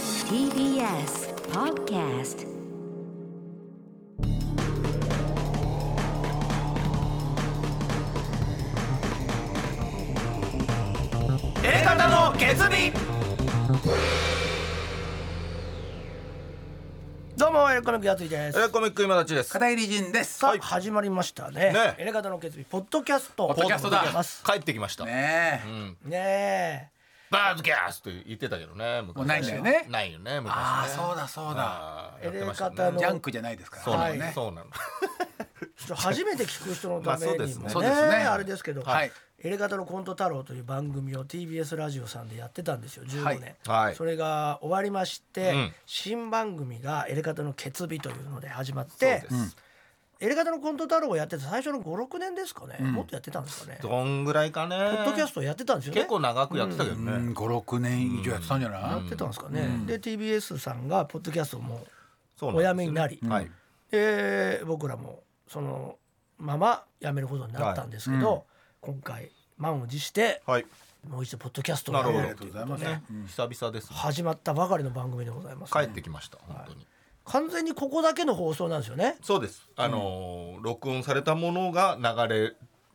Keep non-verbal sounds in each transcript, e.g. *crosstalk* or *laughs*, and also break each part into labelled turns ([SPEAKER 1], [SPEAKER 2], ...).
[SPEAKER 1] TBS Podcast
[SPEAKER 2] 方の決意どうもエレコミックやついです
[SPEAKER 3] えー、コミック今立ちです。
[SPEAKER 4] 片入人です。
[SPEAKER 2] さあ、始まりましたね
[SPEAKER 3] ね
[SPEAKER 2] エレ方の決意ポッドキャストポ
[SPEAKER 3] ポッドキャスト
[SPEAKER 2] ね
[SPEAKER 3] だ。帰ってきました。
[SPEAKER 4] ねえ、
[SPEAKER 2] え
[SPEAKER 3] バードキャストって言ってたけどね。昔
[SPEAKER 4] もうないんだよね
[SPEAKER 3] ないよね。昔ね
[SPEAKER 4] ああそうだそうだ。
[SPEAKER 3] あー
[SPEAKER 2] エ
[SPEAKER 3] やって
[SPEAKER 2] レ
[SPEAKER 3] ました
[SPEAKER 2] 方
[SPEAKER 3] ね
[SPEAKER 2] の
[SPEAKER 4] ジャンクじゃないですから。
[SPEAKER 3] そうなの
[SPEAKER 2] は
[SPEAKER 3] ね
[SPEAKER 2] い。
[SPEAKER 3] そう
[SPEAKER 2] ち
[SPEAKER 3] なの。
[SPEAKER 2] ょっと初めて聞く人のためにも
[SPEAKER 3] ま
[SPEAKER 2] ね
[SPEAKER 3] あそうですね
[SPEAKER 4] そうですね
[SPEAKER 2] あれですけど、
[SPEAKER 4] はい
[SPEAKER 2] エレ方のコント太郎という番組を TBS ラジオさんでやってたんですよ15年、
[SPEAKER 3] はいはい
[SPEAKER 2] それが終わりまして、
[SPEAKER 3] うん
[SPEAKER 2] 新番組がエレ方の決日というので始まって
[SPEAKER 3] そうです
[SPEAKER 2] エレ方のコント太郎をやってた最初の56年ですかね、もっとやってたんですかね
[SPEAKER 3] どんぐらいかね。
[SPEAKER 2] ポッドキャストやってたんですよね
[SPEAKER 3] 結構長くやってたけど
[SPEAKER 4] う
[SPEAKER 3] ね。
[SPEAKER 4] ん、五六年以上やってたんじゃない？
[SPEAKER 2] やってたんですかね、で TBS さんがポッドキャストも
[SPEAKER 3] そう
[SPEAKER 2] お
[SPEAKER 3] な
[SPEAKER 2] や
[SPEAKER 3] んで
[SPEAKER 2] め
[SPEAKER 3] すよ
[SPEAKER 2] に
[SPEAKER 3] ね
[SPEAKER 2] なり、
[SPEAKER 3] はい。
[SPEAKER 2] で僕らもそのまま辞めることになったんですけど、今回満を持して
[SPEAKER 3] はい。
[SPEAKER 2] もう一度ポッドキャストを
[SPEAKER 3] なるほど
[SPEAKER 2] や
[SPEAKER 4] あ
[SPEAKER 2] ろ
[SPEAKER 4] り
[SPEAKER 2] う
[SPEAKER 4] が
[SPEAKER 2] と
[SPEAKER 4] とご
[SPEAKER 2] いうう
[SPEAKER 4] ざいます。
[SPEAKER 3] ね、久々ですね。
[SPEAKER 2] 始まったばかりの番組でございます、
[SPEAKER 3] 帰ってきました。本当に。
[SPEAKER 2] 完全にここだけの放送なんですよね
[SPEAKER 3] そうです。あのー録音されたものが流れ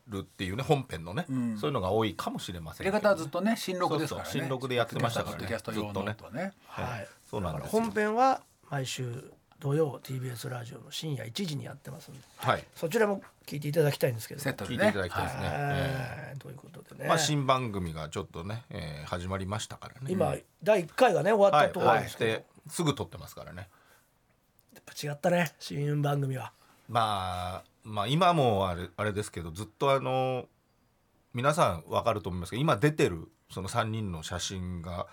[SPEAKER 3] るっていうね本編のね、そういうのが多いかもしれませ
[SPEAKER 4] 入
[SPEAKER 3] ん
[SPEAKER 4] れ
[SPEAKER 3] け
[SPEAKER 4] 方
[SPEAKER 3] ど。
[SPEAKER 4] はずっとね新録ですからね。
[SPEAKER 3] そうそう新録でやってましたからね
[SPEAKER 4] ポッドキャスト用の音はね。
[SPEAKER 2] はい
[SPEAKER 3] そうなんですよ
[SPEAKER 2] 本編は毎週土曜 TBS ラジオの深夜1時にやってますんで
[SPEAKER 3] はい。
[SPEAKER 2] そちらも聞いていただきたいんですけど
[SPEAKER 4] セット
[SPEAKER 3] 聞
[SPEAKER 4] で
[SPEAKER 3] い
[SPEAKER 4] ね。
[SPEAKER 3] ていただきたいですね。
[SPEAKER 4] は
[SPEAKER 3] えー
[SPEAKER 2] はいということでね、
[SPEAKER 3] まあ、新番組がちょっとね、えー始まりましたからね
[SPEAKER 2] 今第1回がね終わった
[SPEAKER 3] はい
[SPEAKER 2] と
[SPEAKER 3] 終
[SPEAKER 2] ころ
[SPEAKER 3] わ
[SPEAKER 2] で
[SPEAKER 3] っ
[SPEAKER 2] すけど、
[SPEAKER 3] てすぐ撮ってますからね
[SPEAKER 2] やっぱ違ったね新番組は
[SPEAKER 3] まあまあ今もあれあれですけどずっとあの皆さんわかると思いますけど今出てるその3人の写真が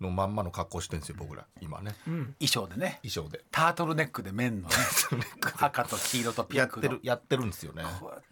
[SPEAKER 3] のまんまの格好してるんですよ僕ら今ね
[SPEAKER 4] 衣装でね。
[SPEAKER 3] 衣装で
[SPEAKER 4] タートルネックで面のね。赤と黄色とピ
[SPEAKER 3] や
[SPEAKER 4] ン
[SPEAKER 3] っ
[SPEAKER 4] ク
[SPEAKER 3] て
[SPEAKER 4] の
[SPEAKER 3] る。やってるんですよね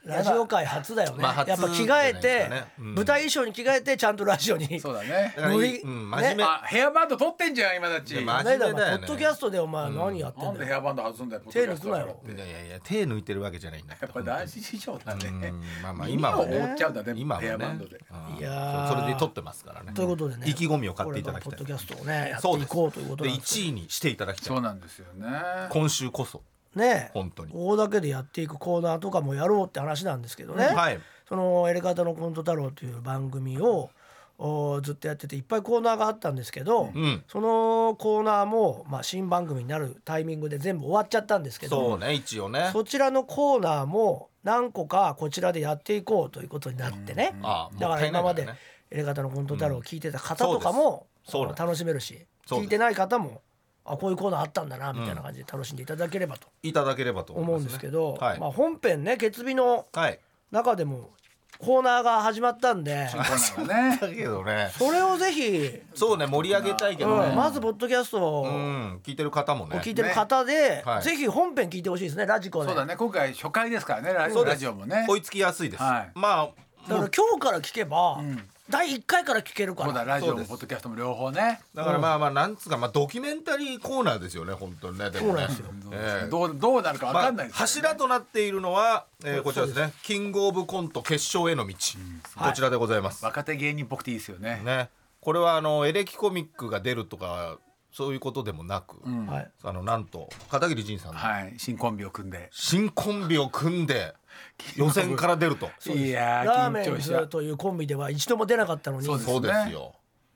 [SPEAKER 2] ラジオ界初だよね、
[SPEAKER 3] まあ初
[SPEAKER 2] やっぱ着替え
[SPEAKER 3] じゃな
[SPEAKER 2] て
[SPEAKER 3] い、ですかねうん
[SPEAKER 2] 舞台衣装に着替えてちゃんとラジオに
[SPEAKER 4] そうだね
[SPEAKER 3] だ。から
[SPEAKER 2] 無理
[SPEAKER 3] うん、真面目、
[SPEAKER 4] あヘアバンド取ってんじゃん今たち。
[SPEAKER 3] いや
[SPEAKER 4] な
[SPEAKER 3] マ
[SPEAKER 4] ん
[SPEAKER 3] ジ
[SPEAKER 2] この間
[SPEAKER 3] 真面目だよね
[SPEAKER 2] ポッドキャストでお前何やってん
[SPEAKER 4] で
[SPEAKER 2] だ
[SPEAKER 4] ヘ
[SPEAKER 2] よ、
[SPEAKER 4] アバンド外すんだよ。
[SPEAKER 2] 手抜くなよ
[SPEAKER 3] いやいやいや手抜いてるわけじゃないんだけ
[SPEAKER 4] やっぱ
[SPEAKER 3] ど
[SPEAKER 4] 男子師匠だね
[SPEAKER 3] うん。まあまあ
[SPEAKER 4] 今
[SPEAKER 3] 今
[SPEAKER 4] を
[SPEAKER 3] はね
[SPEAKER 4] 覆っちゃうんだね。
[SPEAKER 3] 今も
[SPEAKER 4] ヘ
[SPEAKER 3] ね
[SPEAKER 4] アバンドで。
[SPEAKER 3] うん
[SPEAKER 2] いやー
[SPEAKER 3] それで撮ってますからね
[SPEAKER 2] ということでね
[SPEAKER 3] 意気込みを買っていただき
[SPEAKER 2] こ
[SPEAKER 3] た
[SPEAKER 2] れ
[SPEAKER 3] い
[SPEAKER 2] からポッドキャストをねやって
[SPEAKER 3] そう
[SPEAKER 2] い
[SPEAKER 3] です
[SPEAKER 2] こうということ
[SPEAKER 3] で
[SPEAKER 2] なんです
[SPEAKER 3] 1位にしていただきた
[SPEAKER 4] そ
[SPEAKER 3] いう
[SPEAKER 4] なんですよね。
[SPEAKER 3] 今週こそ
[SPEAKER 2] ね
[SPEAKER 3] 本当に
[SPEAKER 2] ここだけでやっていくコーナーとかもやろうって話なんですけどね、
[SPEAKER 3] はい
[SPEAKER 2] その「エレガタのコント太郎」という番組をおずっとやってていっぱいコーナーがあったんですけど、
[SPEAKER 3] ん
[SPEAKER 2] そのコーナーも、まあ、新番組になるタイミングで全部終わっちゃったんですけど
[SPEAKER 3] そうね一応ね
[SPEAKER 2] そちらのコーナーも何個かこちらでやっていこうということになってね、
[SPEAKER 3] ああ
[SPEAKER 2] だから今まで
[SPEAKER 3] もったいないからね
[SPEAKER 2] 「エレガタのコント太郎」を聞いてた方とかも、
[SPEAKER 3] うんそうですそうなんです
[SPEAKER 2] 楽しめるし
[SPEAKER 3] そう
[SPEAKER 2] 聞
[SPEAKER 3] です
[SPEAKER 2] いてない方もあこういうコーナーあったんだなみたいな感じで楽しんでいただければと
[SPEAKER 3] いただければと
[SPEAKER 2] 思
[SPEAKER 3] 思
[SPEAKER 2] う
[SPEAKER 3] いますね
[SPEAKER 2] んですけど、
[SPEAKER 3] はい
[SPEAKER 2] まあ、本編ね決日の
[SPEAKER 3] はい
[SPEAKER 2] 中でもコーナーが始まったんで
[SPEAKER 4] 新コーナーがね。
[SPEAKER 3] だけどね
[SPEAKER 2] それをぜひ、
[SPEAKER 3] そうね盛り上げたいけど
[SPEAKER 2] うん
[SPEAKER 3] ね
[SPEAKER 2] まずポッドキャスト
[SPEAKER 3] う
[SPEAKER 2] を
[SPEAKER 3] ん聞いてる方もね
[SPEAKER 2] 聞いてる方で、
[SPEAKER 3] はい
[SPEAKER 2] ぜひ本編聞いてほしいですねラジコで
[SPEAKER 4] そうだね今回初回ですからねラ
[SPEAKER 3] そうです
[SPEAKER 4] ラジオもね
[SPEAKER 3] 追いつきやすいです
[SPEAKER 4] はい
[SPEAKER 3] まあ
[SPEAKER 2] だか
[SPEAKER 3] も
[SPEAKER 2] ら
[SPEAKER 3] う
[SPEAKER 2] 今日から聞けば、第1回から聞けるか
[SPEAKER 4] そうだ
[SPEAKER 2] ら
[SPEAKER 4] ラジ
[SPEAKER 3] そ
[SPEAKER 4] オ
[SPEAKER 3] うで
[SPEAKER 4] も
[SPEAKER 3] す
[SPEAKER 4] ポッドキャストも両方ね
[SPEAKER 3] だからまあまあなんつうかまあドキュメンタリーコーナーですよね本当にねでもね
[SPEAKER 2] そうなんですよ
[SPEAKER 3] ええ
[SPEAKER 4] どうどうなるかわ
[SPEAKER 3] ま
[SPEAKER 4] か
[SPEAKER 3] あ
[SPEAKER 4] んないですよね
[SPEAKER 3] 柱となっているのはえーこちらですねキングオブコント決勝への道こちらでございます
[SPEAKER 4] 若手芸人っぽくていいですよね
[SPEAKER 3] ね、これはあのエレキコミックが出るとかそういうことでもなく、
[SPEAKER 2] はい、
[SPEAKER 3] あのなんと片桐仁さんの
[SPEAKER 4] はい新コンビを組んで
[SPEAKER 3] 新コンビを組んで予選から出ると
[SPEAKER 4] いや
[SPEAKER 2] ラー
[SPEAKER 4] ー
[SPEAKER 2] メ
[SPEAKER 4] 緊
[SPEAKER 2] ン
[SPEAKER 4] 張し
[SPEAKER 2] ズ
[SPEAKER 4] た
[SPEAKER 2] というコンビでは一度も出なかったのに
[SPEAKER 4] そうです
[SPEAKER 3] そうですよ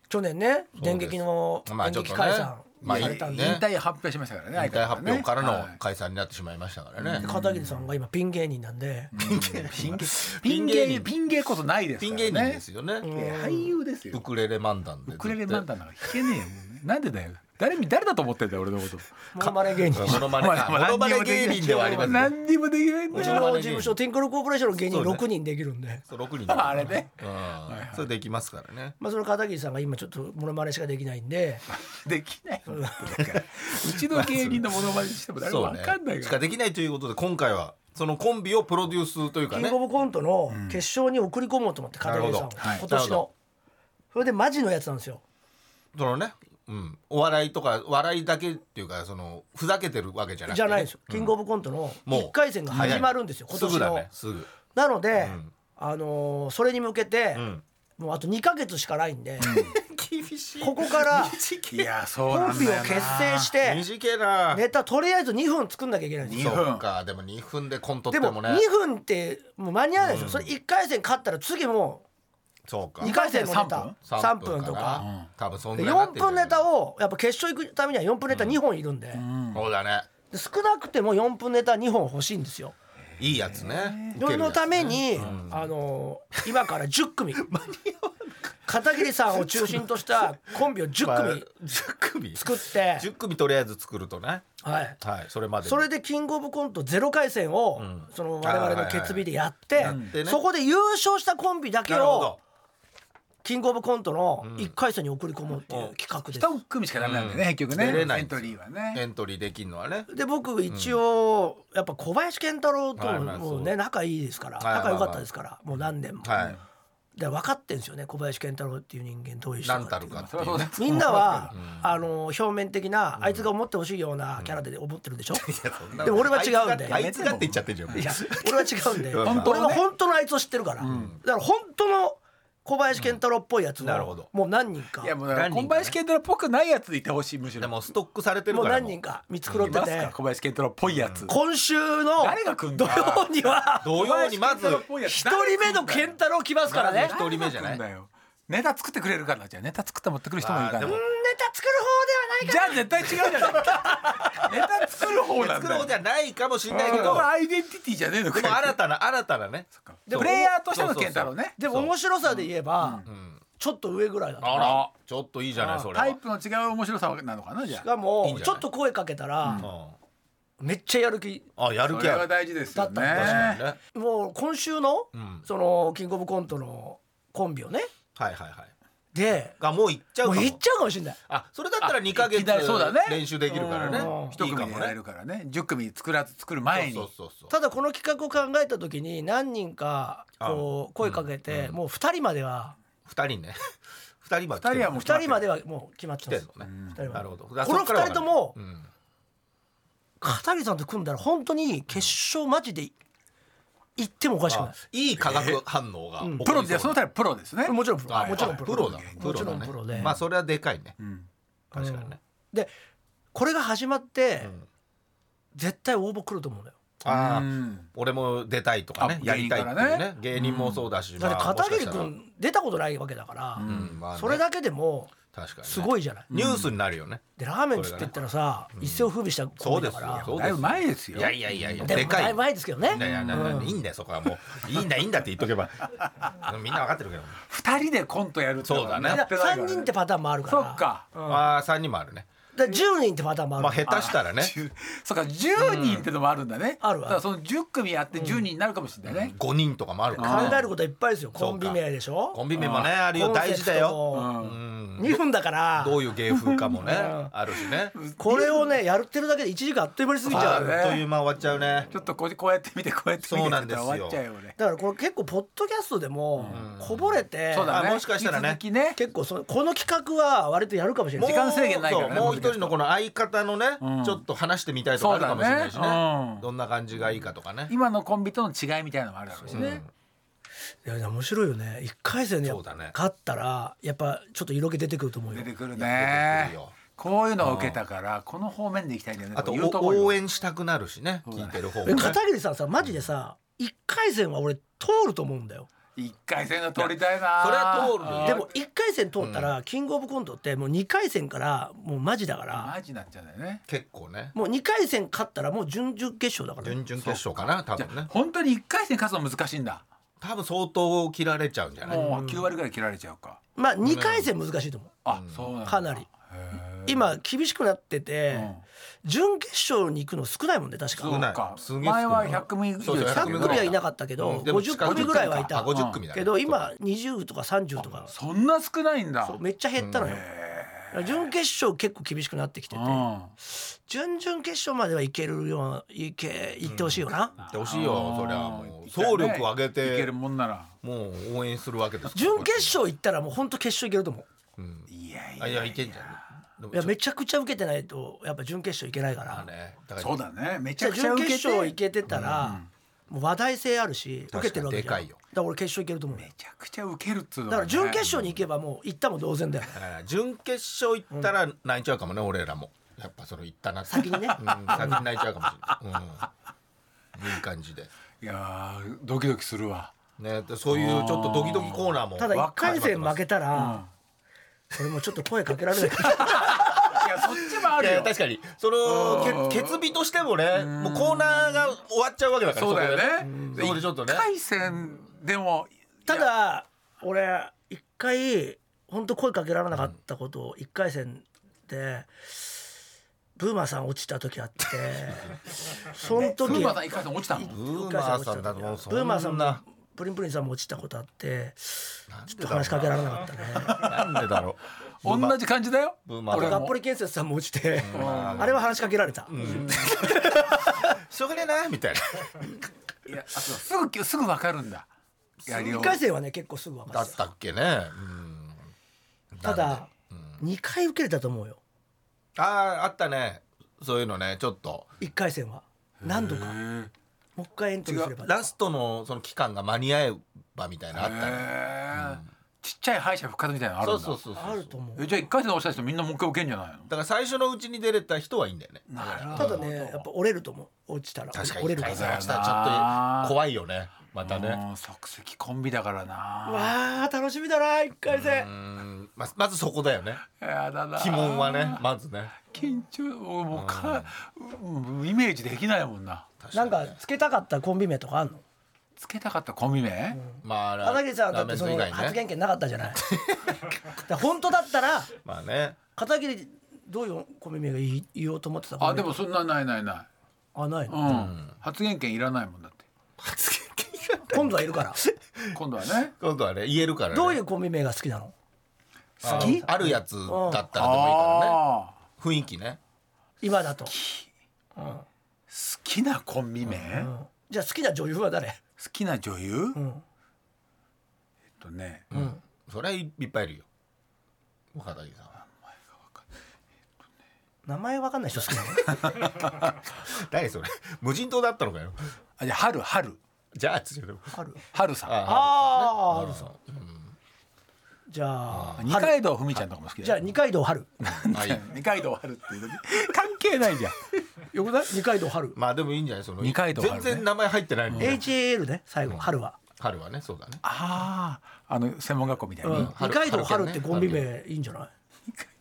[SPEAKER 2] 去年ね電撃の
[SPEAKER 3] まあ
[SPEAKER 2] 電
[SPEAKER 3] ち
[SPEAKER 2] 撃
[SPEAKER 3] ょっとね
[SPEAKER 2] 解散
[SPEAKER 3] まあ
[SPEAKER 2] されたんで、
[SPEAKER 3] いい
[SPEAKER 4] 引
[SPEAKER 3] ね
[SPEAKER 4] 退発表しましたからね
[SPEAKER 3] 引退発表からの
[SPEAKER 4] はい
[SPEAKER 3] 解散になってしまいましたからね、
[SPEAKER 2] 片桐さんが今ピン芸人なんで、
[SPEAKER 4] ピン芸ピン芸ピン芸こそないです
[SPEAKER 3] ピ
[SPEAKER 4] か
[SPEAKER 3] ン
[SPEAKER 4] ら
[SPEAKER 3] 芸
[SPEAKER 4] ね
[SPEAKER 3] 人ですよね、
[SPEAKER 4] いや俳優です
[SPEAKER 3] ウ
[SPEAKER 4] よ
[SPEAKER 3] クレレ漫談で
[SPEAKER 4] ウクレレ漫談なんか弾けねえよもうねなんでだよ誰み誰だと思ってんだよ俺のこと
[SPEAKER 2] モノマネ芸人
[SPEAKER 3] モノマネかモノマネ芸人ではありますね
[SPEAKER 4] 何にもできないん
[SPEAKER 2] う
[SPEAKER 4] だ
[SPEAKER 2] ち
[SPEAKER 4] よ
[SPEAKER 2] の事務所ティンクルコーポレーションの芸人
[SPEAKER 3] そうね
[SPEAKER 2] 6人できるんで、
[SPEAKER 3] そう6人で
[SPEAKER 4] あれね
[SPEAKER 3] うんそれできますからね
[SPEAKER 2] まあ、その片桐さんが今ちょっとモノマネしかできないんで
[SPEAKER 4] できない *laughs* のってだからうちの芸人のモノマネしても誰も
[SPEAKER 3] そう
[SPEAKER 4] わ
[SPEAKER 3] ね
[SPEAKER 4] かんない
[SPEAKER 3] し
[SPEAKER 4] か
[SPEAKER 3] からできないということで今回はそのコンビをプロデュースというか
[SPEAKER 2] キン
[SPEAKER 3] ね
[SPEAKER 2] グオブコントの決勝に送り込もうと思って片桐さんを、
[SPEAKER 3] なるほどはい
[SPEAKER 2] 今年
[SPEAKER 3] なるほ
[SPEAKER 2] の
[SPEAKER 3] ど
[SPEAKER 2] それでマジのやつなんですよ
[SPEAKER 3] そのね、うん、お笑いとか笑いだけっていうかそのふざけてるわけじゃなくて
[SPEAKER 2] じ
[SPEAKER 3] ね、
[SPEAKER 2] ゃないですよ、キングオブコントの
[SPEAKER 3] もう
[SPEAKER 2] 1回戦が始まるんですよ、今年
[SPEAKER 3] すぐだ
[SPEAKER 2] の、
[SPEAKER 3] ねすぐ
[SPEAKER 2] なので、
[SPEAKER 3] ん
[SPEAKER 2] あのーそれに向けて、
[SPEAKER 3] ん
[SPEAKER 2] もうあと2か月しかないんで、
[SPEAKER 3] 厳し
[SPEAKER 2] *laughs*
[SPEAKER 3] い
[SPEAKER 2] ここから
[SPEAKER 3] 短
[SPEAKER 4] *laughs* い
[SPEAKER 3] い
[SPEAKER 4] やそう
[SPEAKER 2] コ
[SPEAKER 4] な
[SPEAKER 2] ン
[SPEAKER 4] ん
[SPEAKER 2] ビ
[SPEAKER 4] だ
[SPEAKER 2] を
[SPEAKER 4] よな
[SPEAKER 2] 結成して
[SPEAKER 3] 短いな
[SPEAKER 2] ネタとりあえず2分作んなきゃいけないんです
[SPEAKER 4] 二
[SPEAKER 2] よ
[SPEAKER 4] 分
[SPEAKER 3] そうかでも2分でコントっ
[SPEAKER 2] で
[SPEAKER 3] て
[SPEAKER 2] も
[SPEAKER 3] もね
[SPEAKER 2] 2分ってもう間に合わないでしょ、
[SPEAKER 3] うん
[SPEAKER 2] それ1回戦勝ったら次も
[SPEAKER 3] そうか
[SPEAKER 2] う2回戦のネタ3
[SPEAKER 3] 3
[SPEAKER 2] 分と
[SPEAKER 3] な
[SPEAKER 2] か
[SPEAKER 3] うん多分そんぐ
[SPEAKER 2] で
[SPEAKER 3] らいになっ
[SPEAKER 2] 4
[SPEAKER 3] てんじゃ
[SPEAKER 2] 分
[SPEAKER 3] ない
[SPEAKER 2] ネタをやっぱ決勝行くためには4分ネタ2本いるんで,、
[SPEAKER 4] うん
[SPEAKER 3] そうだね
[SPEAKER 2] で少なくても4分ネタ2本欲しいんですよ。
[SPEAKER 3] いいやつね
[SPEAKER 2] それのために、
[SPEAKER 3] ん
[SPEAKER 2] あのー今から10組
[SPEAKER 3] *laughs*
[SPEAKER 2] 片桐さんを中心としたコンビを10組
[SPEAKER 3] 10組
[SPEAKER 2] 作って、
[SPEAKER 3] 10組とりあえず作るとね
[SPEAKER 2] はい、
[SPEAKER 3] はいそれまでに
[SPEAKER 2] それでキングオブコントゼロ回戦を、
[SPEAKER 3] ん
[SPEAKER 2] その我々の決日でやって,、
[SPEAKER 3] いはいやってね
[SPEAKER 2] そこで優勝したコンビだけ
[SPEAKER 3] なるほ
[SPEAKER 2] を
[SPEAKER 3] ど
[SPEAKER 2] キングオブコントの1回戦に送り込もうっていう企画です。
[SPEAKER 4] 一組しかダメなんでね、
[SPEAKER 3] うん
[SPEAKER 4] 結局ね
[SPEAKER 3] 出れない
[SPEAKER 4] エントリーはね
[SPEAKER 3] エントリーできるのはね
[SPEAKER 2] で僕一応やっぱ小林健太郎と
[SPEAKER 3] はい
[SPEAKER 2] も
[SPEAKER 3] はい
[SPEAKER 2] もう
[SPEAKER 3] そ
[SPEAKER 2] ね
[SPEAKER 3] う
[SPEAKER 2] 仲いいですから
[SPEAKER 3] はいはいは
[SPEAKER 2] 仲
[SPEAKER 3] い
[SPEAKER 2] 良かったですからもう何年も
[SPEAKER 3] は
[SPEAKER 2] で分かってんですよね小林健太郎っていう人間どういう
[SPEAKER 3] い
[SPEAKER 2] 人
[SPEAKER 3] 何
[SPEAKER 2] か
[SPEAKER 3] た
[SPEAKER 2] って
[SPEAKER 3] る
[SPEAKER 2] いうの
[SPEAKER 3] かっ
[SPEAKER 2] は
[SPEAKER 3] ていうね
[SPEAKER 2] みんなは
[SPEAKER 3] うん
[SPEAKER 2] あの表面的なあいつが思ってほしいようなキャラで思ってるでしょ
[SPEAKER 3] な
[SPEAKER 2] でも俺は違うんで
[SPEAKER 3] あいつがって言っちゃってるじゃん
[SPEAKER 2] いや俺は違うんで
[SPEAKER 3] 本
[SPEAKER 4] 当
[SPEAKER 2] 俺
[SPEAKER 4] のね
[SPEAKER 2] は本当のあいつを知ってるからだから本当の小林健太郎っぽいやつを
[SPEAKER 3] なるほど
[SPEAKER 2] もう何人か
[SPEAKER 4] いやもうだから
[SPEAKER 3] 何人かね
[SPEAKER 4] 小林健太郎っぽくないやつでいてほしいむしろ
[SPEAKER 3] でもストックされてる
[SPEAKER 2] もう
[SPEAKER 3] から
[SPEAKER 2] 何
[SPEAKER 3] も
[SPEAKER 2] 人
[SPEAKER 3] う
[SPEAKER 2] か見繕
[SPEAKER 4] い
[SPEAKER 2] って
[SPEAKER 4] ます
[SPEAKER 2] て
[SPEAKER 4] か小林健太郎っぽいやつ
[SPEAKER 2] 今週の
[SPEAKER 4] 誰が来ん
[SPEAKER 2] 土
[SPEAKER 4] だ
[SPEAKER 2] 曜には
[SPEAKER 3] 同様にまず
[SPEAKER 2] 一人目の健太郎来ますからね
[SPEAKER 3] まず一人目じゃない
[SPEAKER 4] んだよネタ作ってくれるからじゃあネタ作って持ってくる人もいるか
[SPEAKER 3] あーで
[SPEAKER 4] ら
[SPEAKER 3] も
[SPEAKER 2] ネタ作る方
[SPEAKER 4] じゃあ絶対違うじゃないネタ作る方なん
[SPEAKER 3] 作る
[SPEAKER 4] だよ
[SPEAKER 3] 方じゃないかもしれない
[SPEAKER 4] そ
[SPEAKER 3] け
[SPEAKER 4] こ
[SPEAKER 3] ど
[SPEAKER 4] はアイデンティティじゃねえのか
[SPEAKER 3] でも新たな新たなね
[SPEAKER 4] でプレイヤーとしての健太郎ね
[SPEAKER 2] ではないかなでも面白さで言えばちょっと上ぐらいだ
[SPEAKER 3] あらちょっといいじゃないそれは
[SPEAKER 4] タイプの違う面白さなのかなじゃ
[SPEAKER 2] し
[SPEAKER 4] あ
[SPEAKER 2] か
[SPEAKER 3] いいん
[SPEAKER 2] も
[SPEAKER 3] じゃ
[SPEAKER 2] ちょ
[SPEAKER 3] ない
[SPEAKER 2] っと声かけたら
[SPEAKER 3] う
[SPEAKER 2] めっちゃやる気
[SPEAKER 3] んあやる
[SPEAKER 4] そ
[SPEAKER 3] 気
[SPEAKER 4] れ
[SPEAKER 3] あ
[SPEAKER 4] は
[SPEAKER 3] る
[SPEAKER 4] 大事ですよ
[SPEAKER 2] だったら
[SPEAKER 4] ね
[SPEAKER 3] ね
[SPEAKER 2] もう今週の
[SPEAKER 3] うん
[SPEAKER 2] そのキングオブコントのコンビをね
[SPEAKER 3] はいはいはい
[SPEAKER 2] で
[SPEAKER 3] がもう行っちゃう
[SPEAKER 2] も
[SPEAKER 3] か
[SPEAKER 2] う
[SPEAKER 3] も
[SPEAKER 2] いっちゃうかもしれない
[SPEAKER 3] あそれだったら
[SPEAKER 4] あ
[SPEAKER 3] 2ヶ
[SPEAKER 4] い
[SPEAKER 3] 月
[SPEAKER 4] きなりそうだね
[SPEAKER 3] 練習できるからね
[SPEAKER 2] うん
[SPEAKER 4] 一
[SPEAKER 3] いいか
[SPEAKER 4] 組でや
[SPEAKER 3] も
[SPEAKER 4] れ
[SPEAKER 3] ね
[SPEAKER 4] るからね10組作らず作る前
[SPEAKER 3] そう
[SPEAKER 4] に
[SPEAKER 3] そうそうそう
[SPEAKER 2] ただこの企画を考えた時に何人かこう声かけてもう2人までは
[SPEAKER 3] 2人ね *laughs* 2人は来て
[SPEAKER 4] 二
[SPEAKER 3] る
[SPEAKER 4] 人はもう
[SPEAKER 2] 2人まではもう決まって
[SPEAKER 3] 来
[SPEAKER 2] ま
[SPEAKER 3] て
[SPEAKER 2] す
[SPEAKER 3] んのね
[SPEAKER 2] 二人は
[SPEAKER 3] なるほど
[SPEAKER 2] この二人とも
[SPEAKER 3] うん
[SPEAKER 2] 片桐さんと組んだら本当に決勝マジで行ってもおかしくない
[SPEAKER 3] あいい化学反応が起こりそう
[SPEAKER 4] プロでそのためプロですね
[SPEAKER 2] もちろんプロ、
[SPEAKER 3] はい
[SPEAKER 2] もちろんプロ
[SPEAKER 3] プロだ
[SPEAKER 2] もちろんプロ
[SPEAKER 3] プロ
[SPEAKER 2] で、
[SPEAKER 3] だねまあそれはでかいね
[SPEAKER 4] うん
[SPEAKER 3] 確かにね
[SPEAKER 2] でこれが始まって、
[SPEAKER 3] ん
[SPEAKER 2] 絶対応募来ると思うんだよ
[SPEAKER 3] あ
[SPEAKER 4] う
[SPEAKER 3] あ
[SPEAKER 4] ん
[SPEAKER 3] 俺も出たいとかね
[SPEAKER 4] あ
[SPEAKER 3] やりたいってい
[SPEAKER 4] 芸人か
[SPEAKER 3] う
[SPEAKER 4] ら
[SPEAKER 3] ね芸人もそうだ
[SPEAKER 2] だ
[SPEAKER 3] し
[SPEAKER 2] って
[SPEAKER 3] まあ
[SPEAKER 2] 片桐
[SPEAKER 3] もしかしたら
[SPEAKER 2] 君出たことないわけだから、
[SPEAKER 3] うんまあね
[SPEAKER 2] それだけでも
[SPEAKER 3] 確かにね
[SPEAKER 2] すごいじゃない、
[SPEAKER 3] ニュースになるよね
[SPEAKER 2] でラーメンつって言ったらさ、一世を風靡したコ
[SPEAKER 3] そ
[SPEAKER 2] ン
[SPEAKER 3] う
[SPEAKER 2] ビ
[SPEAKER 3] で
[SPEAKER 2] だ
[SPEAKER 3] す
[SPEAKER 2] か
[SPEAKER 3] よ
[SPEAKER 2] ら
[SPEAKER 3] そうで
[SPEAKER 4] だ
[SPEAKER 3] すよ
[SPEAKER 4] いぶ前ですよ
[SPEAKER 3] いやいやいやいや
[SPEAKER 2] でも
[SPEAKER 3] でか
[SPEAKER 2] だい
[SPEAKER 3] い
[SPEAKER 2] ぶ前ですけどね
[SPEAKER 3] いやいやなな、いいんだよそこはもういいんだいいんだって言っと
[SPEAKER 2] *laughs*
[SPEAKER 3] けばみんな分かってるけど、
[SPEAKER 4] 二人でコントやるってのは
[SPEAKER 3] そうだね
[SPEAKER 4] やってないからね
[SPEAKER 2] 3人ってパターンもあるか
[SPEAKER 4] そ
[SPEAKER 2] ら
[SPEAKER 4] っか
[SPEAKER 3] ああ3人もあるね
[SPEAKER 2] だから10人ってパターンもある
[SPEAKER 3] まあ
[SPEAKER 2] から、
[SPEAKER 3] 下手したらね
[SPEAKER 4] 10そっか10人ってのもあるんだね、
[SPEAKER 2] あるわ
[SPEAKER 4] だからその10組あって10人になるかもしれないね、
[SPEAKER 3] 5人とかもあるから
[SPEAKER 2] 考えることいっぱいですよコンビ名でしょ
[SPEAKER 3] コンビ名もねあるよ
[SPEAKER 2] コン
[SPEAKER 3] 大
[SPEAKER 2] セ
[SPEAKER 3] 事
[SPEAKER 2] プト
[SPEAKER 3] だよ
[SPEAKER 2] も
[SPEAKER 4] うん
[SPEAKER 3] うん
[SPEAKER 2] 2分だから
[SPEAKER 3] どういう芸風かもねあるしね
[SPEAKER 2] これをねやってるだけで1時間あっという間に過ぎち
[SPEAKER 3] あ
[SPEAKER 2] ゃ
[SPEAKER 3] あ
[SPEAKER 2] う
[SPEAKER 4] そ
[SPEAKER 2] だ
[SPEAKER 4] だね
[SPEAKER 3] っという間終わっちゃうね
[SPEAKER 4] ちょっとこうこうやって見 *laughs* てこうやって見て
[SPEAKER 3] そうなんですよ
[SPEAKER 4] 終わっちゃうよね
[SPEAKER 2] からこれ結構ポッドキャストでもこぼれて、
[SPEAKER 4] そうだね
[SPEAKER 3] あもしかしたらね
[SPEAKER 4] 引き続きね
[SPEAKER 2] 結構そのこの企画は割とやるかもしれない
[SPEAKER 4] 時間制限ないからね
[SPEAKER 3] そうもう一人のこの相方のね、
[SPEAKER 4] ん
[SPEAKER 3] ちょっと話してみたいとかあるかもしれないし
[SPEAKER 4] そ
[SPEAKER 3] ね
[SPEAKER 4] うだねうん
[SPEAKER 3] どんな感じがいいかとかね
[SPEAKER 4] 今のコンビとの違いみたいなのもあるだろうしね、
[SPEAKER 2] いやいや面白いよね1回戦でやっ
[SPEAKER 3] そうだね
[SPEAKER 2] 勝ったらやっぱちょっと色気出てくると思うよ
[SPEAKER 4] 出てくる
[SPEAKER 3] や出て
[SPEAKER 4] ね
[SPEAKER 3] くるよ
[SPEAKER 4] こういうのを受けたからこの方面でいきたいんだよね
[SPEAKER 3] あと
[SPEAKER 4] こういうと
[SPEAKER 3] お
[SPEAKER 4] ころ
[SPEAKER 3] 応援したくなるしね聞いてる方もね
[SPEAKER 2] え片桐さんさマジでさ1回戦は俺通ると思うんだよ
[SPEAKER 4] 一回戦が取りたいな
[SPEAKER 3] それは通るよ
[SPEAKER 4] あー
[SPEAKER 2] でも1回戦通ったらキングオブコントってもう2回戦からもうマジだから
[SPEAKER 4] マジになっちゃうんだよね
[SPEAKER 3] 結構ね
[SPEAKER 2] もう2回戦勝ったらもう準々決勝だから
[SPEAKER 3] 準々決勝かな多
[SPEAKER 4] じゃ
[SPEAKER 3] 分
[SPEAKER 4] あ
[SPEAKER 3] ね
[SPEAKER 4] 本当に一回戦勝つの難しいんだ
[SPEAKER 3] 多分相当切られちゃうんじゃない
[SPEAKER 4] もう九割ぐらい切られちゃうか
[SPEAKER 2] まあ2回戦難しいと思う
[SPEAKER 4] あそうなんだ
[SPEAKER 2] かなり今厳しくなってて、準決勝に行くの少ないもんね確か
[SPEAKER 4] そう
[SPEAKER 3] ない
[SPEAKER 4] か
[SPEAKER 3] すげえ少ない
[SPEAKER 4] 前は100組以上
[SPEAKER 3] そうそう
[SPEAKER 2] 100組ぐらいはいなかったけど、
[SPEAKER 3] うんでも
[SPEAKER 2] 50組ぐらいはい
[SPEAKER 3] あ
[SPEAKER 2] た
[SPEAKER 3] 50組だね
[SPEAKER 2] けど今20とか30とか
[SPEAKER 4] そんな少ないんだ
[SPEAKER 2] めっちゃ減ったのよ、準決勝結構厳しくなってきてて、
[SPEAKER 4] うん
[SPEAKER 2] 準々決勝まではいけるようないけ行ってほしいよな、
[SPEAKER 3] やってほしいよそりゃ
[SPEAKER 4] あー
[SPEAKER 3] もう
[SPEAKER 4] いたね
[SPEAKER 3] 総力を上げ
[SPEAKER 4] いけ
[SPEAKER 3] て
[SPEAKER 4] るもんなら
[SPEAKER 3] もう応援するわけですから
[SPEAKER 2] 準決勝行ったらもう本当決勝行けると思う
[SPEAKER 4] いやい
[SPEAKER 3] あ
[SPEAKER 4] や
[SPEAKER 3] いやいけんじゃんでも
[SPEAKER 2] いやめちゃくちゃ受けてないとやっぱ準決勝行けないか
[SPEAKER 3] まあ
[SPEAKER 2] ら
[SPEAKER 3] ねだから
[SPEAKER 4] そうだねめち
[SPEAKER 2] じゃ
[SPEAKER 4] ゃ
[SPEAKER 2] あ
[SPEAKER 4] くちゃ
[SPEAKER 2] 準
[SPEAKER 4] 受け
[SPEAKER 2] 決
[SPEAKER 4] て
[SPEAKER 2] 勝行けてたら、もう話題性あるし受けてるわけじゃん
[SPEAKER 3] 確かにでかいよ
[SPEAKER 2] だから俺決勝いけると思う
[SPEAKER 4] めちゃくちゃウケるっつうの
[SPEAKER 2] だ
[SPEAKER 4] が
[SPEAKER 2] から
[SPEAKER 4] ね
[SPEAKER 2] 準決勝に行けばもう行ったも同然だよね
[SPEAKER 3] だから準決勝行ったら泣いちゃうかもね、俺らもやっぱその行ったなって
[SPEAKER 2] 先にね
[SPEAKER 3] うん先に泣いちゃうかもしれない、うん、いい感じで
[SPEAKER 4] いやードキドキするわ
[SPEAKER 3] ねでそういうちょっとドキドキコーナーも
[SPEAKER 2] ただ1
[SPEAKER 3] わ
[SPEAKER 2] 回戦負けたらそれもちょっと声かけられないから
[SPEAKER 4] いやそっちもあ
[SPEAKER 3] い
[SPEAKER 4] る
[SPEAKER 3] や
[SPEAKER 4] よ
[SPEAKER 3] 確かにそのけ決日としてもねもうコーナーが終わっちゃうわけだから
[SPEAKER 4] そうだよ
[SPEAKER 3] こで
[SPEAKER 4] ね
[SPEAKER 3] そこでちょっとね
[SPEAKER 4] 一回戦でも
[SPEAKER 2] ただ俺一回本当声かけられなかったことを1回戦でブーマーさん落ちた時あってそ
[SPEAKER 4] 風
[SPEAKER 2] の時
[SPEAKER 4] 磨さん一回戦落ちたの
[SPEAKER 3] ブーマーさんだともうそん
[SPEAKER 2] ブ
[SPEAKER 3] な
[SPEAKER 2] ーマーさんもプリンプリンさんも落ちたことあってちょっと話しかけられなかったね
[SPEAKER 3] なんでだろう
[SPEAKER 4] 同じ感じだよ
[SPEAKER 3] ブーマー
[SPEAKER 4] 俺
[SPEAKER 2] ガッ
[SPEAKER 4] も
[SPEAKER 2] ポリ建設さんも落ちて
[SPEAKER 3] まあ
[SPEAKER 2] あれは話しかけられた
[SPEAKER 3] しょうがねえなみたいない
[SPEAKER 4] やあそうすぐすぐ分かるんだやりよ
[SPEAKER 2] 1
[SPEAKER 4] う
[SPEAKER 2] 回戦はね結構すぐ分か
[SPEAKER 3] だ
[SPEAKER 2] っ
[SPEAKER 3] ったたっけねうん
[SPEAKER 2] た
[SPEAKER 3] なん
[SPEAKER 2] だ2回受けれたと思うよ
[SPEAKER 3] であーあったねそういうのねちょっと
[SPEAKER 2] 1回戦は何度かも
[SPEAKER 4] へ
[SPEAKER 2] う一回エントリーすれば
[SPEAKER 3] ラストのその期間が間に合えばみたいなのあったね
[SPEAKER 4] えちっちゃい敗者復活みたいなのあるん
[SPEAKER 3] そ
[SPEAKER 4] だ
[SPEAKER 3] うそうそうそう
[SPEAKER 2] あると思う
[SPEAKER 4] えじゃあ一回戦落ちた人みんなもう一回受けんじゃないの
[SPEAKER 3] だから最初のうちに出れた人はいいんだよね
[SPEAKER 4] なるほど
[SPEAKER 2] ただねやっぱ折れると思う落ちたら
[SPEAKER 3] 確かに
[SPEAKER 2] 折れるか
[SPEAKER 3] 解
[SPEAKER 2] ら
[SPEAKER 3] 散した
[SPEAKER 4] そう
[SPEAKER 3] ら
[SPEAKER 4] だ
[SPEAKER 3] ち
[SPEAKER 4] よ
[SPEAKER 3] ょ
[SPEAKER 4] な
[SPEAKER 3] っと怖いよねまたね
[SPEAKER 4] うん即席コンビだからな
[SPEAKER 2] わあ楽しみだな1回
[SPEAKER 3] う
[SPEAKER 2] 戦
[SPEAKER 3] んままずそこだよね
[SPEAKER 4] やだな
[SPEAKER 3] 鬼門はねまずね
[SPEAKER 4] 緊張もうもうか、うんイメージできないもんな
[SPEAKER 2] なんかつけたかったコンビ名とかあんの
[SPEAKER 4] つけたかったコンビ名、
[SPEAKER 3] まあラ
[SPEAKER 2] 片桐さんだってその
[SPEAKER 3] ラーメンズ以外
[SPEAKER 2] 発
[SPEAKER 3] ね
[SPEAKER 2] 言権なかったじゃないだから本当だったら
[SPEAKER 3] まあね
[SPEAKER 2] 片桐どういうコンビ名がいい言おうと思ってたコン
[SPEAKER 4] あ
[SPEAKER 2] ビ
[SPEAKER 4] で
[SPEAKER 2] 名
[SPEAKER 4] もそんなないないな
[SPEAKER 2] あない
[SPEAKER 4] い、う
[SPEAKER 2] の
[SPEAKER 4] ん発言権いらないもんだって
[SPEAKER 3] 発言権
[SPEAKER 2] 今度はいるから
[SPEAKER 4] 今度はね
[SPEAKER 3] 今度はね言えるからね
[SPEAKER 2] どういうコンビ名が好きなの好
[SPEAKER 3] あ
[SPEAKER 2] き
[SPEAKER 3] あるやつだったらでもいいからね
[SPEAKER 4] ああ
[SPEAKER 3] 雰囲気ね
[SPEAKER 2] 今だと
[SPEAKER 4] ー好きなコンビ名、好
[SPEAKER 2] じゃあ好きな女優は誰
[SPEAKER 4] きな女優、
[SPEAKER 2] ん
[SPEAKER 4] えっとね、
[SPEAKER 3] それはいっぱいいるよ岡田さんは
[SPEAKER 2] 名前わかんない人好きなの
[SPEAKER 3] 誰それ無人島だったのかよ
[SPEAKER 4] あじゃあ春春
[SPEAKER 3] じゃ *laughs* あつうよ
[SPEAKER 2] 春
[SPEAKER 4] 春さん
[SPEAKER 2] ああ春さんじゃあ
[SPEAKER 4] 二
[SPEAKER 2] 春
[SPEAKER 4] 階堂ふみちゃんとかも好き
[SPEAKER 2] じ
[SPEAKER 4] だ
[SPEAKER 2] ゃあ
[SPEAKER 4] よ
[SPEAKER 2] 二階堂
[SPEAKER 3] *laughs*
[SPEAKER 2] 春
[SPEAKER 3] あいい
[SPEAKER 4] 二階堂春っていうの関係ないじゃん
[SPEAKER 2] よくない二階堂春
[SPEAKER 3] まあでもいいんじゃないその
[SPEAKER 4] 二階堂春ね
[SPEAKER 3] 全然名前入ってないのに、
[SPEAKER 2] HAL ね最後春は
[SPEAKER 3] 春はねそうだね
[SPEAKER 4] あああの専門学校みたいに、
[SPEAKER 2] うん二
[SPEAKER 3] 春
[SPEAKER 2] 階堂春
[SPEAKER 3] 春
[SPEAKER 2] っ
[SPEAKER 3] ね
[SPEAKER 2] てコンビ名いいんじゃない